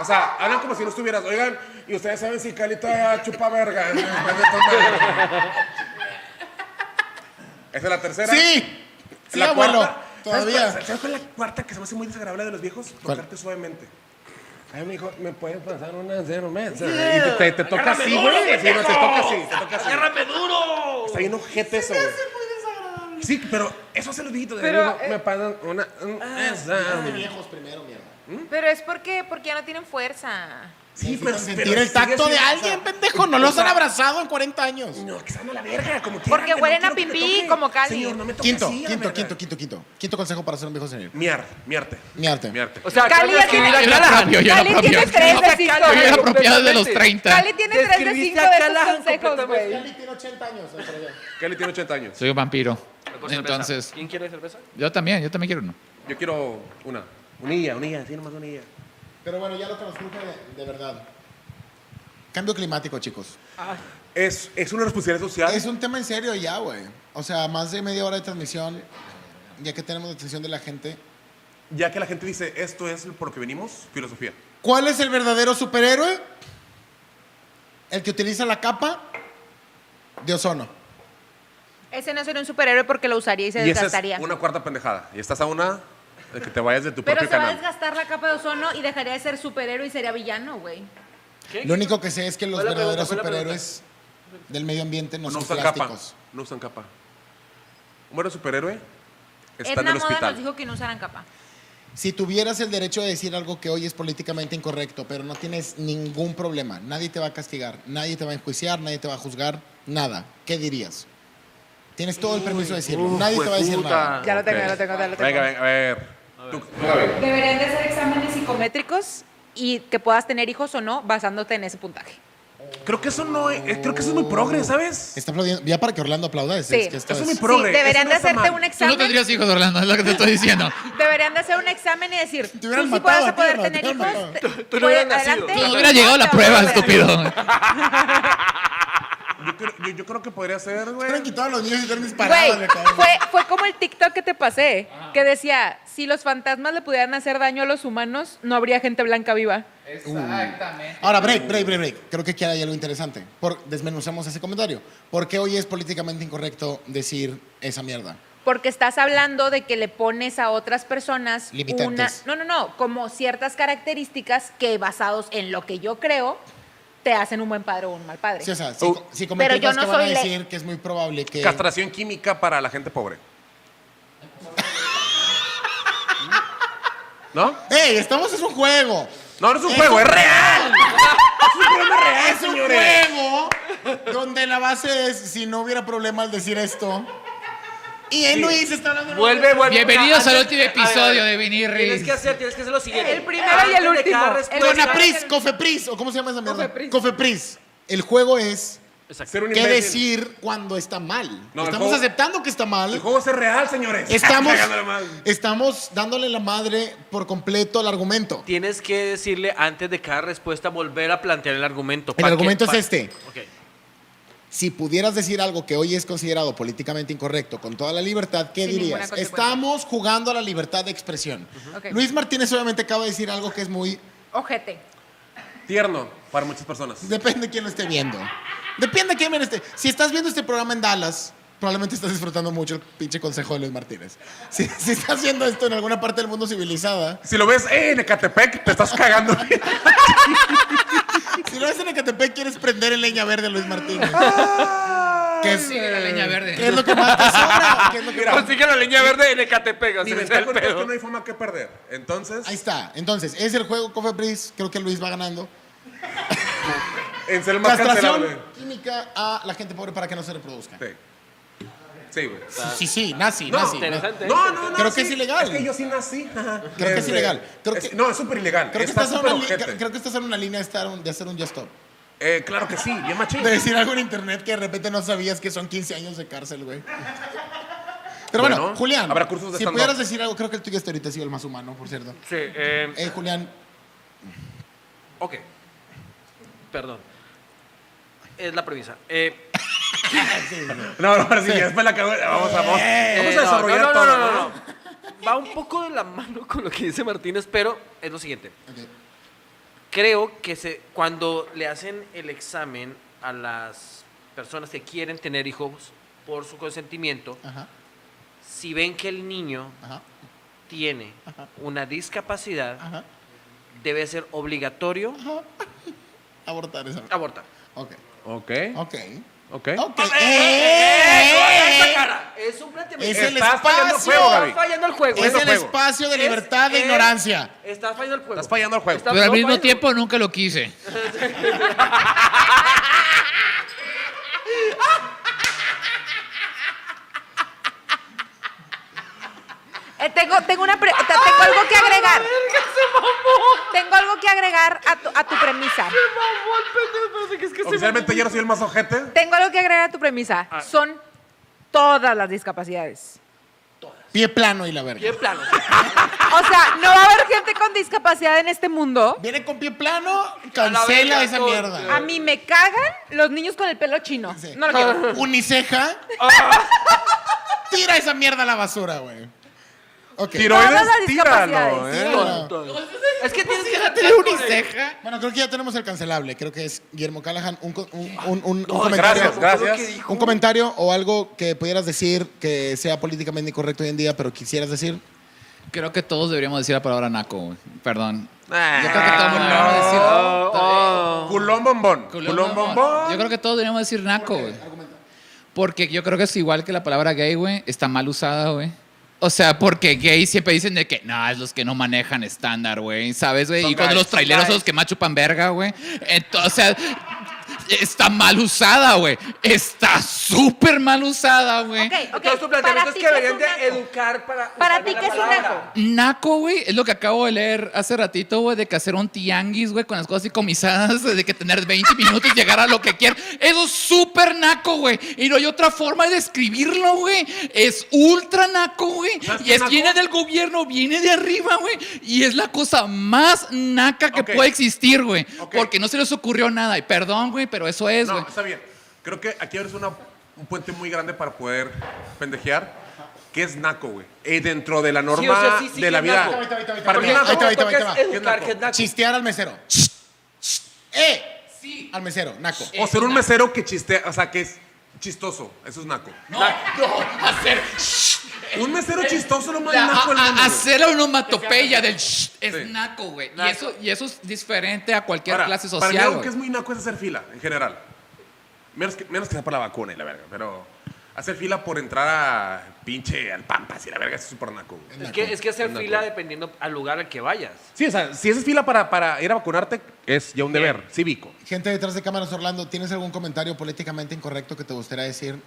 S3: O sea, hablan como si no estuvieras. Oigan, y ustedes saben si Cali todavía chupa verga. Esa es la tercera.
S1: ¡Sí! ¡Sí,
S3: La
S1: abuelo!
S3: cuarta. ¿Sabes
S1: Todavía.
S3: cuál, ¿Sabes cuál es la cuarta que se me hace muy desagradable de los viejos?
S1: ¿Cuál?
S3: Tocarte suavemente. A mí me dijo, ¿me pueden pasar una cero mesa? Y te, te, te toca así, güey. Así, no, te toca así, te toca así.
S2: ¡Agárrame duro!
S3: Está bien ojete eso, güey. Sí, pero eso hace los viejitos. de
S5: Pero,
S3: amigo,
S5: eh,
S3: me pasan
S1: Ah,
S3: una... un- esa".
S5: Pero es porque, porque ya no tienen fuerza.
S9: Sí, pero,
S1: Sentir
S9: pero
S1: el tacto de
S9: sigue siendo-
S1: alguien, pendejo. No los han abrazado en 40 años.
S9: No, que se van a la verga, como quieran,
S5: Porque
S9: que no
S5: huelen a
S9: quiero que me
S5: pipí
S9: toque.
S5: como Cali.
S9: Señor, no me toque
S1: Quinto,
S9: así, a la
S1: quinto,
S9: verga.
S1: quinto, quinto, quinto. Quinto consejo para ser un viejo senil.
S3: Miar, miarte.
S1: Miarte.
S3: Miarte.
S2: O sea, acabas
S5: Cali
S2: de
S5: ya tiene-
S2: escribir a
S4: Yo la
S2: Callahan.
S4: propio, yo la
S5: Cali
S4: propio.
S5: tiene tres de cinco.
S4: Yo la propia de los
S2: Completamente.
S4: 30.
S5: Cali tiene 3 de
S2: Describiste
S5: 5 de
S2: a
S5: esos
S2: Callahan
S5: consejos,
S2: completamente.
S5: güey.
S1: tiene 80 años.
S3: Kelly tiene 80 años.
S4: Soy un vampiro.
S2: Mejor cerveza.
S4: Entonces,
S2: ¿Quién quiere cerveza?
S4: yo también, yo también quiero uno.
S3: Yo quiero una.
S9: Unilla, unilla, sí, nomás unilla.
S1: Pero bueno, ya lo transcurre de, de verdad. Cambio climático, chicos.
S3: Es, es una responsabilidad social.
S1: Es un tema en serio ya, güey. O sea, más de media hora de transmisión, ya que tenemos la atención de la gente.
S3: Ya que la gente dice, esto es por lo que venimos, filosofía.
S1: ¿Cuál es el verdadero superhéroe? El que utiliza la capa de ozono.
S5: Ese no sería un superhéroe porque lo usaría y se
S3: y esa
S5: desgastaría.
S3: es una cuarta pendejada. Y estás a una de que te vayas de tu
S5: Pero
S3: propio
S5: se va a
S3: canal.
S5: desgastar la capa de ozono y dejaría de ser superhéroe y sería villano, güey.
S1: Lo único que sé es que los
S2: Fue la
S1: verdaderos
S2: pregunta, fue la
S1: superhéroes del medio ambiente no,
S3: No
S1: son
S3: usan capa.
S1: plásticos.
S3: No usan capa. Un buen superhéroe está en
S5: Edna
S3: el
S5: Moda nos
S3: hospital.
S5: dijo que no usaran capa.
S1: Si tuvieras el derecho de decir algo que hoy es políticamente incorrecto, pero no tienes ningún problema, nadie te va a castigar, nadie te va a enjuiciar, nadie te va a juzgar, nada, ¿qué dirías? Tienes todo el permiso de decirlo,
S3: Uf,
S1: nadie te va a decir
S3: jueputa.
S1: nada.
S5: Ya lo tengo,
S3: Ok.
S5: ya lo tengo, ya lo tengo.
S3: Venga, venga, a ver. Tú-
S5: Deberían de hacer exámenes psicométricos y que puedas tener hijos o no basándote en ese puntaje.
S3: Creo que eso no es, creo que eso es muy progre, ¿sabes?
S1: Está aplaudiendo, ya para que Orlando aplauda, es,
S5: Sí.
S1: es que esto
S3: Eso
S1: es-
S3: me pro- Progre,
S5: sí,
S3: eso
S5: deberían
S3: no
S5: de
S3: está
S5: hacerte
S3: mal.
S5: un
S4: Tú no
S5: examen.
S4: tendrías hijos, Orlando, es lo que te estoy diciendo.
S5: Deberían de hacer un examen y decir, tú
S1: hubieran
S5: sí
S1: matado
S5: puedes
S1: a ti,
S5: poder
S1: Orlando,
S5: tener
S1: te
S5: hijos.
S1: hubieran matado.
S2: Tú
S5: te-
S2: no
S5: puedes-
S2: hubieras nacido.
S5: adelante,
S4: No
S5: y
S4: hubiera llegado la
S5: te vas a
S4: prueba,
S5: operar.
S4: estúpido.
S3: Yo creo, yo- yo creo que podría ser, güey.
S1: Hubieran quitado a los niños y hubieran disparado en
S5: Güey,
S1: la cabeza.
S5: fue, fue como el TikTok que te pasé, que decía, si los fantasmas le pudieran hacer daño a los humanos, no habría gente blanca viva.
S10: Exactamente.
S1: Ahora, break, break, break, break. Creo que aquí hay algo interesante. Por, desmenuzamos ese comentario. ¿Por qué hoy es políticamente incorrecto decir esa mierda?
S5: Porque estás hablando de que le pones a otras personas
S1: Limitantes.
S5: una. No, no, no. Como ciertas características que basados en lo que yo creo, te hacen un buen padre o un mal padre.
S1: Sí, o sea, si,
S3: Uh.
S1: co- si comentas
S5: yo no
S1: que van a
S5: soy le-
S1: decir que es muy probable que...
S3: Castración química para la gente pobre. ¿No?
S1: ¡Ey! Estamos es un juego.
S3: No, no es un juego, es real. es un problema real,
S1: Es un
S3: señores.
S1: juego donde la base es si no hubiera problema al decir esto. Y él Luis está hablando de-
S2: Vuelve, vuelve.
S4: Bienvenidos al
S2: Antes-
S4: último
S2: a ver, a ver,
S4: episodio de Vinny
S2: Tienes
S4: Reels.
S2: que hacer, tienes que hacer lo siguiente.
S5: El primero y el
S2: Antes de cada
S5: último.
S2: respuesta-
S5: El-
S1: Conapris, Cofepris, o cómo se llama esa mierda.
S5: Cofepris.
S1: Cofepris. El juego es
S2: Exacto.
S3: Ser un
S1: qué
S3: imbécil.
S1: decir cuando está mal.
S3: No, el
S1: Estamos
S3: juego-
S1: aceptando que está
S3: El
S1: mal.
S3: juego es real, señores.
S1: Estamos,
S3: Cagándole mal.
S1: estamos dándole la madre por completo al argumento.
S2: Tienes que decirle antes de cada respuesta volver a plantear el argumento.
S1: El
S2: Pa' que-
S1: argumento es
S2: pa-
S1: este.
S2: Ok.
S1: Si pudieras decir algo que hoy es considerado políticamente incorrecto con toda la libertad, ¿qué
S5: Sin ninguna
S1: dirías?
S5: consecuencia.
S1: Estamos jugando a la libertad de expresión.
S5: Ok.
S1: Luis Martínez obviamente acaba de decir algo que es muy...
S5: Ojete.
S3: Tierno para muchas personas.
S1: Depende de quién lo esté viendo. Depende de quién lo esté... Si estás viendo este programa en Dallas, probablemente estás disfrutando mucho el pinche consejo de Luis Martínez. Si, si estás viendo esto en alguna parte del mundo civilizada,
S3: Si lo ves, eh, en Ecatepec, te estás cagando.
S1: si lo ves en Ecatepec, quieres prender en leña verde a Luis Martínez. ¿Qué es,
S4: Sigue la leña
S1: qué es
S4: verde.
S1: lo que más te sobra? ¿Qué es lo que más-
S2: Consigue la leña verde en Ecatepec. o
S3: Mi
S2: sea, es
S3: ventaja
S2: el
S3: con esto es
S2: pedo.
S3: que no hay forma que perder. Entonces,
S1: Ahí está. Entonces, es el juego Cofepris. Creo que Luis va ganando.
S3: en ser el más
S1: Castración
S3: cancelable.
S1: química a la gente pobre para que no se reproduzca.
S3: Sí. Sí, güey.
S1: Sí, sí, sí, nazi,
S3: No,
S1: nazi.
S2: interesante.
S3: No, no, no.
S1: Creo que
S3: sí.
S1: es ilegal.
S3: Es que yo sí nací. Ajá.
S1: Creo que es
S3: Este,
S1: ilegal. Creo
S3: es-
S1: que-
S3: no, es súper ilegal.
S1: Creo que,
S3: Está
S1: estás en una
S3: súper
S1: li-
S3: ojete.
S1: cre- creo que estás en una línea de, estar un- de hacer un just stop.
S3: Eh, claro que sí, bien machín.
S1: De decir algo en internet que de repente no sabías que son 15 años de cárcel, güey. Pero bueno,
S3: Bueno,
S1: Julián,
S3: habrá cursos de
S1: si
S3: stand-up.
S1: pudieras decir algo, creo que el tuyo hasta ahorita ha sido el más humano, por cierto.
S2: Sí, eh,
S1: Eh, Julián,
S2: ok. Perdón. Es la premisa. Eh,
S3: No, no, pero sí, después la cago. Vamos a, vamos, vamos
S2: Eh,
S3: a
S2: no,
S3: desarrollar
S2: no, no,
S3: todo.
S2: no, no, no. Va un poco de la mano con lo que dice Martínez, pero es lo siguiente. Creo que se, cuando le hacen el examen a las personas que quieren tener hijos por su consentimiento,
S1: ajá,
S2: si ven que el niño
S1: ajá,
S2: tiene una discapacidad,
S1: ajá,
S2: debe ser obligatorio
S1: abortar esa.
S2: abortar. ¡Eh,
S1: Ok,
S3: Ok.
S1: ok.
S3: Ok.
S1: ¡Eh!
S2: Es un plan
S1: Es el
S3: Estás fallando el
S1: espacio.
S3: juego, Gaby.
S2: Estás fallando el juego.
S1: Es
S3: Bueno,
S1: el
S3: juego.
S1: espacio de
S2: Es-
S1: libertad de
S2: es-
S1: ignorancia.
S2: Estás fallando el juego.
S3: Estás fallando al juego.
S2: Estás-
S4: Pero al
S2: no
S4: mismo
S2: fallo.
S4: tiempo nunca lo quise.
S5: Eh, tengo, tengo una pre- te- tengo algo que agregar. Tengo algo que agregar a tu, a tu premisa.
S3: Oficialmente yo no soy el más ojete.
S5: Tengo algo que agregar a tu premisa. Son todas las discapacidades.
S1: Pie plano y la verga.
S2: Bien plano.
S5: O sea, no va a haber gente con discapacidad en este mundo.
S1: Viene con pie plano,
S2: la
S1: cancela
S2: verga,
S1: esa
S2: con-
S1: mierda.
S5: A mí me cagan los niños con el pelo chino.
S1: Sí.
S5: No lo quiero.
S1: Uniceja. Tira esa mierda a la basura, güey. Ok.
S5: Todas
S3: Tiroides,
S5: las
S3: tíralo,
S5: discapacidades.
S3: ¿eh?
S1: Tírala.
S2: Es que tienes que
S1: Tira uniceja. Bueno, creo que ya tenemos el cancelable. Creo que es Guillermo Callahan. Un, co- un- un- un- un comentario.
S3: Gracias, gracias.
S1: Un comentario o algo que pudieras decir que sea políticamente incorrecto hoy en día, pero quisieras decir.
S4: Creo que todos deberíamos decir la palabra naco, güey. Perdón.
S3: Ah,
S4: Yo creo que todos
S3: no.
S4: deberíamos decir.
S3: Culón bombón.
S4: Culón
S3: Culón
S4: bombón.
S3: bombón.
S4: Yo creo que todos deberíamos decir naco, güey. Porque yo creo que es igual que la palabra gay, güey. Está mal usada, güey. O sea, porque gay siempre dicen de que, no, es los que no manejan estándar, güey. ¿Sabes, güey?
S3: Son
S4: Y cuando
S3: gays,
S4: los traileros son los que más chupan verga, güey. Entonces, o sea, está mal usada, güey. Está súper mal usada, güey.
S5: Ok, ok.
S2: Entonces tu
S5: Para
S2: planteamiento es
S5: ti,
S2: que
S5: ¿qué es
S2: deberían
S5: un
S2: de
S5: naco?
S2: educar para.
S5: Para
S2: usar
S5: ti,
S2: bien
S5: ¿qué
S2: la
S5: es un
S2: palabra.
S5: naco?
S4: Naco, güey, es lo que acabo de leer hace ratito, güey, de que hacer un tianguis, güey, con las cosas decomisadas, de que tener 20 minutos y llegar a lo que quieran. Eso es súper naco, güey. Y no hay otra forma de describirlo, güey. Es ultra naco, güey.
S9: ¿Sabes
S4: Y
S9: qué
S4: es,
S9: naco?
S4: viene del gobierno, viene de arriba, güey. Y es la cosa más naca que
S3: Ok.
S4: puede existir, güey.
S3: Ok.
S4: Porque no se les ocurrió nada. Y perdón, güey, pero eso es,
S3: No,
S4: güey.
S3: está bien. Creo que aquí abres una, un puente muy grande para poder pendejear. ¿Qué es naco, güey? Eh, dentro de la norma
S2: Sí, o sea, sí, sí,
S3: de la
S2: que es
S3: vida.
S2: naco.
S1: ahí está, ahí está.
S3: Para mí,
S2: Porque
S1: Ahí
S3: naco-
S1: está, ahí está, ahí
S2: naco
S1: está.
S2: es educar, que es naco.
S1: Chistear al mesero. ¡Eh! Al mesero, naco.
S3: o ser un mesero que chistea, o sea, que es chistoso. Eso es naco.
S8: No, no, hacer.
S3: Un mesero chistoso es lo más
S4: Eh, La-
S3: naco del
S4: a- a-
S3: mundo. güey.
S4: hacer la onomatopeya del shh es
S3: Sí.
S4: naco, güey. Y
S2: Naco.
S4: eso, y eso es diferente a cualquier
S3: Ahora,
S4: clase
S3: Para mí
S4: social.
S3: algo que es
S4: güey.
S3: muy naco es hacer fila, en general. Menos que, menos que sea por la vacuna y la verga, pero hacer fila por entrar a pinche al Pampas y la verga eso es súper naco. güey.
S2: Es que, es que hacer fila dependiendo al lugar al que vayas.
S3: Sí, o sea, si haces fila para, para ir a vacunarte, es ya un deber cívico.
S1: Gente detrás de cámaras, Orlando, ¿tienes algún comentario políticamente incorrecto que te gustaría decir?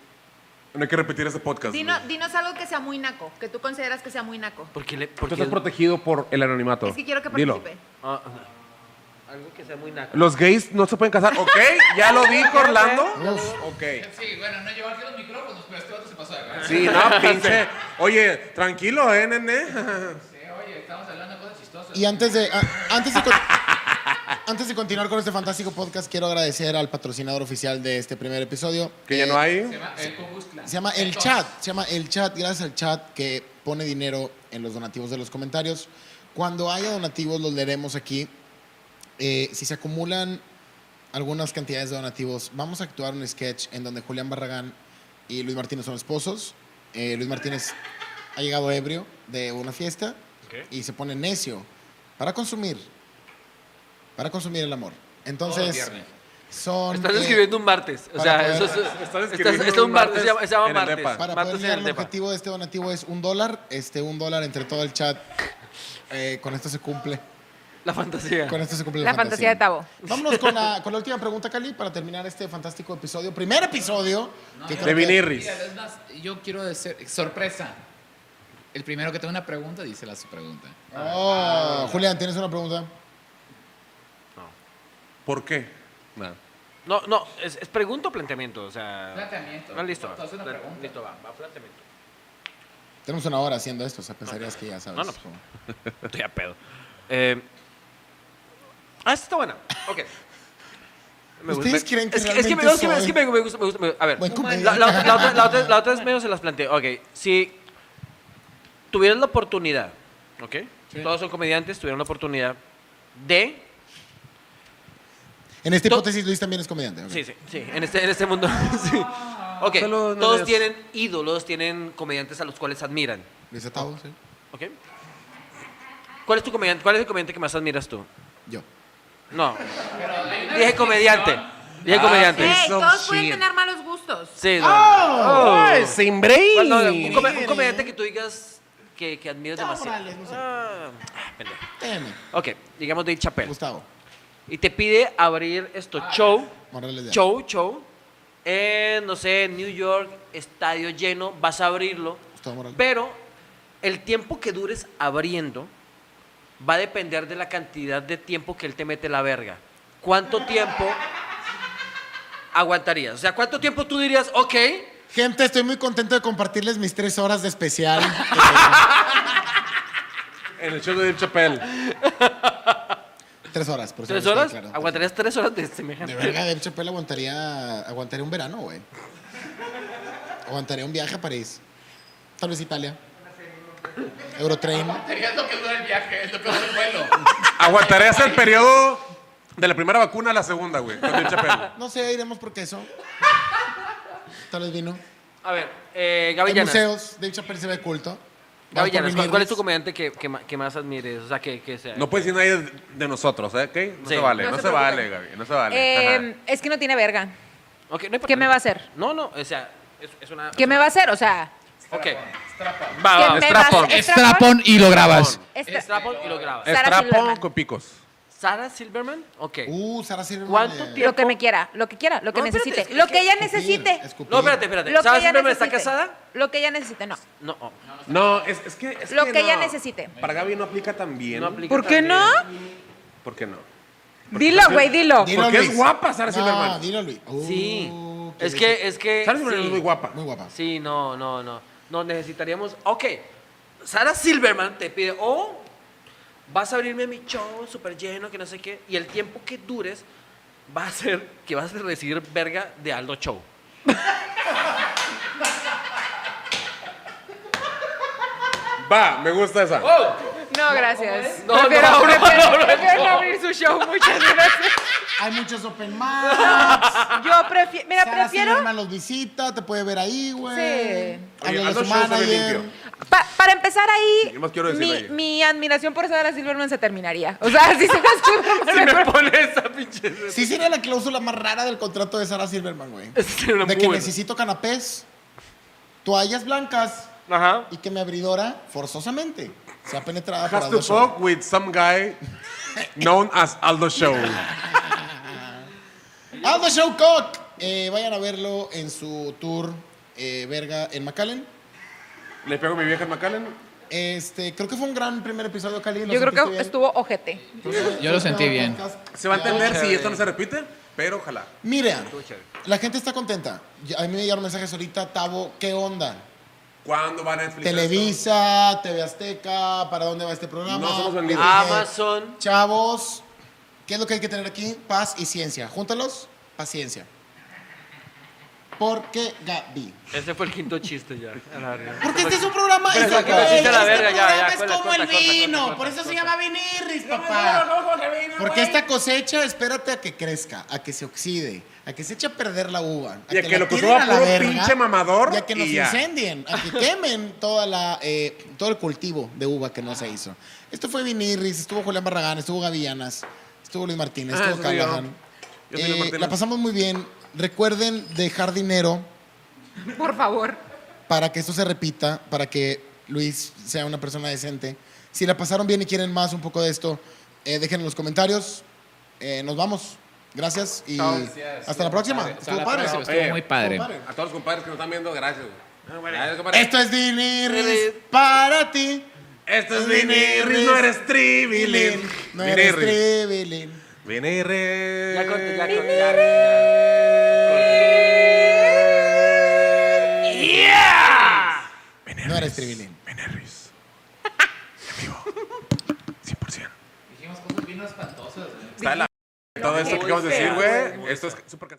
S3: No hay que repetir ese podcast.
S5: Dino-
S3: güey.
S5: dinos algo que sea muy naco, que tú consideras que sea muy naco.
S2: Porque le.
S3: Tú
S2: Porque
S3: estás protegido por el anonimato.
S5: Es que quiero que
S3: Dilo.
S5: participe.
S2: Ah, ah. algo que sea muy naco.
S3: Los gays no se pueden casar. Ok, ya lo dijo Orlando. Ok.
S4: Sí, bueno, no llevar aquí los micrófonos, pero este vato se pasó de acá.
S3: Sí, no, pinche. Oye, tranquilo, ¿eh, nene?
S8: Oye, estamos hablando de cosas chistosas.
S1: Y antes de, a- antes de, con- antes de continuar con este fantástico podcast, quiero agradecer al patrocinador oficial de este primer episodio.
S3: Que ya no hay.
S8: El Cobuscla.
S1: Se llama El Chat. Se llama El Chat, gracias al chat que pone dinero en los donativos de los comentarios. Cuando haya donativos, los leeremos aquí. Eh, si se acumulan algunas cantidades de donativos, vamos a actuar un sketch en donde Julián Barragán y Luis Martínez son esposos. Eh, Luis Martínez ha llegado ebrio de una fiesta y se pone necio para consumir. Para consumir el amor. Entonces, son.
S2: Estás
S1: eh,
S2: escribiendo un martes. O
S1: para
S2: sea,
S1: poder-
S2: eso es.
S3: Estás
S2: Estás,
S3: escribiendo
S2: está un
S3: un
S2: martes.
S3: martes
S2: Se llama, se llama
S3: en el
S2: martes.
S3: depa.
S1: Para
S2: martes
S1: poder
S2: en
S1: llegar al
S2: el depa.
S1: objetivo de este donativo es un dólar. Este, un dólar entre todo el chat. Eh, con esto se cumple.
S2: La fantasía.
S1: Con esto se cumple la,
S5: La fantasía de Tabo.
S1: Vámonos con la, con la última pregunta, Cali, para terminar este fantástico episodio. Primer episodio. que creo
S3: De
S1: que-
S3: Vinirris.
S4: es más, yo quiero decir, sorpresa. El primero que tenga una pregunta dice la su pregunta.
S3: Ah.
S1: Oh, Julián, ¿tienes una pregunta?
S3: ¿Por qué?
S2: No, no, es, es pregunta o planteamiento. O sea.
S8: Planteamiento.
S2: Ah, listo.
S8: Tú haces una
S2: Pla-
S8: pregunta.
S2: Listo, va, va, planteamiento.
S1: Tenemos una hora haciendo esto, o sea, pensarías que ya sabes.
S2: No, pues, no. Estoy a pedo. Eh, ah, esta está buena. Ok.
S1: ¿Ustedes creen que
S2: es que, es que, me-
S1: realmente
S2: es que me- es que me, me gusta, me gusta, me gusta. A ver,
S1: Buen
S2: la,
S1: comediante.
S2: la otra- la otra, la otra- la otra vez medio se las planteé. Ok, si tuvieras la oportunidad, ok, todos son comediantes, tuvieron la oportunidad de...
S1: En esta
S2: To-
S1: hipótesis, Luis también es comediante. ok.
S2: Sí, sí, sí, en este, en este mundo. sí. Ok,
S3: Saludos,
S2: todos
S3: novios.
S2: tienen ídolos, tienen comediantes a los cuales admiran,
S1: Luis Atabo, sí.
S2: ok. ¿Cuál es, tu comediante, ¿Cuál es el comediante que más admiras tú?
S1: Yo.
S2: No. Dije comediante. Bien comediante.
S5: Güey, todos pueden tener malos gustos.
S2: Sí, no.
S9: ¡Oh!
S2: Oh.
S9: ¡Ay, sin break!
S2: Bueno, no, un, come- un comediante que tú digas que, que admires
S1: Chao,
S2: demasiado.
S1: Morales, no sé.
S2: Ah, pendejo.
S1: Teme,
S2: ok, digamos Dave Chappelle.
S1: Gustavo.
S2: Y te pide abrir esto, show,
S1: Morales de
S2: show, show. En, no sé, New York, estadio lleno, vas a abrirlo.
S1: Gustavo Morales.
S2: Pero el tiempo que dures abriendo va a depender de la cantidad de tiempo que él te mete la verga. ¿Cuánto tiempo aguantarías? O sea, ¿cuánto tiempo tú dirías, ok,
S1: Gente, estoy muy contento de compartirles mis tres horas de especial. Eh,
S3: En el show de Dave Chappelle.
S1: tres horas, por
S2: tres
S1: cierto,
S2: horas?
S1: claro.
S2: ¿Aguantarías tres horas de
S1: De
S2: semejante?
S1: verga, Dave Chappelle aguantaría, aguantaría un verano, güey. Aguantaría un viaje a París. Tal vez Italia. Eurotrain.
S10: Sería lo que dura el viaje, es lo que dura el vuelo.
S3: Aguantaré hasta el periodo de la primera vacuna a la segunda, güey. Con Dave Chappelle.
S1: No sé, iremos por queso. Tal vez vino.
S2: A ver, eh, Gaby
S1: En
S2: Llanas.
S1: museos, Dave Chappelle se ve culto.
S2: Gaby
S1: Vamos por
S2: Llanas, ¿cuál, cuál es tu
S1: vinirris.
S2: comediante que, que ma- que más admires? O sea, que, que sea.
S3: No puede decir nadie de- de nosotros, ¿eh? ¿Ok? No
S2: Sí.
S3: se vale,
S5: No
S3: no,
S5: se
S3: se
S5: preocupen.
S3: vale, Gaby. No se vale.
S5: Eh, es que no tiene verga.
S2: Ok, no importa.
S5: ¿Qué me va a hacer?
S2: No, no, o sea, es, es una.
S5: ¿Qué me va a hacer? O sea,
S2: Ok. Va, va,
S5: ¿qué me va a
S3: strap-on.
S5: hacer?
S4: Strapon y lo grabas.
S5: Estra-
S2: Strapon y lo grabas.
S5: Sara
S3: Ajá. Estrapo
S5: Silverman.
S3: con picos.
S2: Sara Silverman, ok.
S1: Uh, Sara Silverman.
S2: ¿Cuánto
S1: eh,
S2: tiempo?
S5: Lo que me quiera, lo que quiera, lo que
S2: No, espérate,
S5: necesite.
S2: es que-
S5: lo
S2: es
S5: que ella
S1: escupir,
S5: necesite.
S1: escupir.
S2: No, espérate, espérate.
S5: Lo
S2: ¿Sara
S5: que ella
S2: Silverman está
S5: necesite.
S2: casada?
S5: Lo que ella necesite, no.
S2: No, oh,
S3: No, es, es que. es
S5: Lo que ella
S3: no.
S5: necesite.
S3: Para Gaby no aplica tan bien.
S2: no aplica
S5: ¿Por qué
S2: también.
S5: no?
S3: ¿Por qué no?
S5: Dilo, güey, dilo.
S1: Dilo,
S3: Porque es
S1: Luis.
S3: guapa Sara
S1: No,
S3: Silverman.
S1: dilo, Luis. Uh,
S2: Sí.
S1: qué
S2: Es
S1: belleza.
S2: que, es que.
S3: Sara Silverman
S2: sí.
S3: es muy guapa.
S1: Muy guapa.
S2: Sí, no, no, no. No necesitaríamos. Ok. Sara Silverman te pide, oh, vas a abrirme mi show súper lleno, que no sé qué. Y el tiempo que dures va a ser que vas a recibir verga de Aldo Show.
S3: Va, me gusta esa.
S5: Oh. No, gracias.
S2: No, no,
S5: prefiero,
S2: no, no,
S5: prefiero-
S2: no, no,
S5: prefiero
S2: no.
S5: abrir su show. Muchas gracias.
S1: Hay muchos open mics.
S5: Yo prefiero. Mira,
S1: Sara
S5: prefiero.
S1: Silverman los visita, te puede ver ahí, güey.
S5: Sí.
S1: Habla
S3: Oye,
S1: de
S3: Aldo
S1: su
S3: Show sale
S1: manager.
S3: limpio.
S5: pa- para empezar ahí,
S3: Yo más quiero decirlo
S5: mi,
S3: ahí.
S5: mi admiración por Sara Silverman se terminaría. O sea, si Sara Silverman.
S2: Si me pone esa pinche.
S1: Sí sería la cláusula más rara del contrato de Sara Silverman, güey.
S2: Esa sería una
S1: De
S2: muy
S1: que
S2: buena.
S1: necesito canapés, toallas blancas
S2: Ajá.
S1: y que mi abridora, forzosamente, sea penetrada por
S3: Has to
S1: Aldo Show.
S3: fuck with some guy known as Aldo Show.
S1: Aldo Show Cock. Eh, vayan a verlo en su tour eh, verga en McAllen.
S3: Le pego a mi vieja en McAllen.
S1: Este, creo que fue un gran primer episodio, Cali. ¿lo
S5: Yo creo
S1: sentiste
S5: que
S1: bien?
S5: estuvo ojete.
S4: Yo lo sentí bien.
S3: Se va a entender si esto no se repite, pero ojalá.
S1: Mira, la gente está contenta. Ya- A mí me llegaron mensajes ahorita, Tavo, ¿qué onda?
S3: ¿Cuándo van a Netflix?
S1: Televisa, TV Azteca, ¿para dónde va este programa?
S3: No somos vendidos.
S1: Dije,
S2: Amazon.
S1: Chavos, ¿qué es lo que hay que tener aquí? Paz y ciencia. Júntalos, paciencia. Porque Gaby.
S2: Ese fue el quinto chiste ya. a la verga.
S1: Porque este es un programa.
S2: Pero
S1: este
S2: es la que me hiciste a la
S1: güey, este
S2: verga, ya,
S1: programa
S2: ya,
S1: es
S2: corta,
S1: como
S2: corta,
S1: el
S2: corta,
S1: vino.
S2: corta,
S1: Por eso
S2: corta,
S1: se
S2: corta.
S1: llama vinirris, papá. Porque esta cosecha, espérate a que crezca, a que se oxide, a que se eche a perder la uva,
S3: Y a que
S1: la
S3: lo
S1: tiren
S3: consuma
S1: a la
S3: puro
S1: verga,
S3: pinche mamador
S1: y a que nos
S3: y ya.
S1: incendien, a que quemen toda la, eh, todo el cultivo de uva que no se hizo. Esto fue Vinirris, estuvo Julián Barragán, estuvo Gavillanas, estuvo Luis Martínez,
S3: Ah,
S1: estuvo
S3: eso soy yo.
S1: Callahan.
S3: Yo soy Luis
S1: Eh,
S3: Martínez.
S1: la pasamos muy bien. Recuerden dejar dinero
S5: Por favor.
S1: para que esto se repita, para que Luis sea una persona decente. Si la pasaron bien y quieren más un poco de esto, eh, dejen en los comentarios. Eh, nos vamos. Gracias y hasta la próxima. Estuvo padre.
S4: Estuvo muy padre.
S1: Estuvo padre.
S3: A todos los compadres que nos están viendo, gracias. güey. Gracias, compadre.
S1: Esto es Dinirris para ti.
S3: Esto es Vinirris, no eres Trivilin.
S1: No eres tribilín.
S3: Vinirris.
S2: Ya corta, ya corta.
S1: No eres tribilín.
S3: Vinirris. En vivo. 100%.
S8: Dijimos cosas bien espantosas, güey.
S3: Está de la... Todo esto que acabas de decir, güey. Esto es súper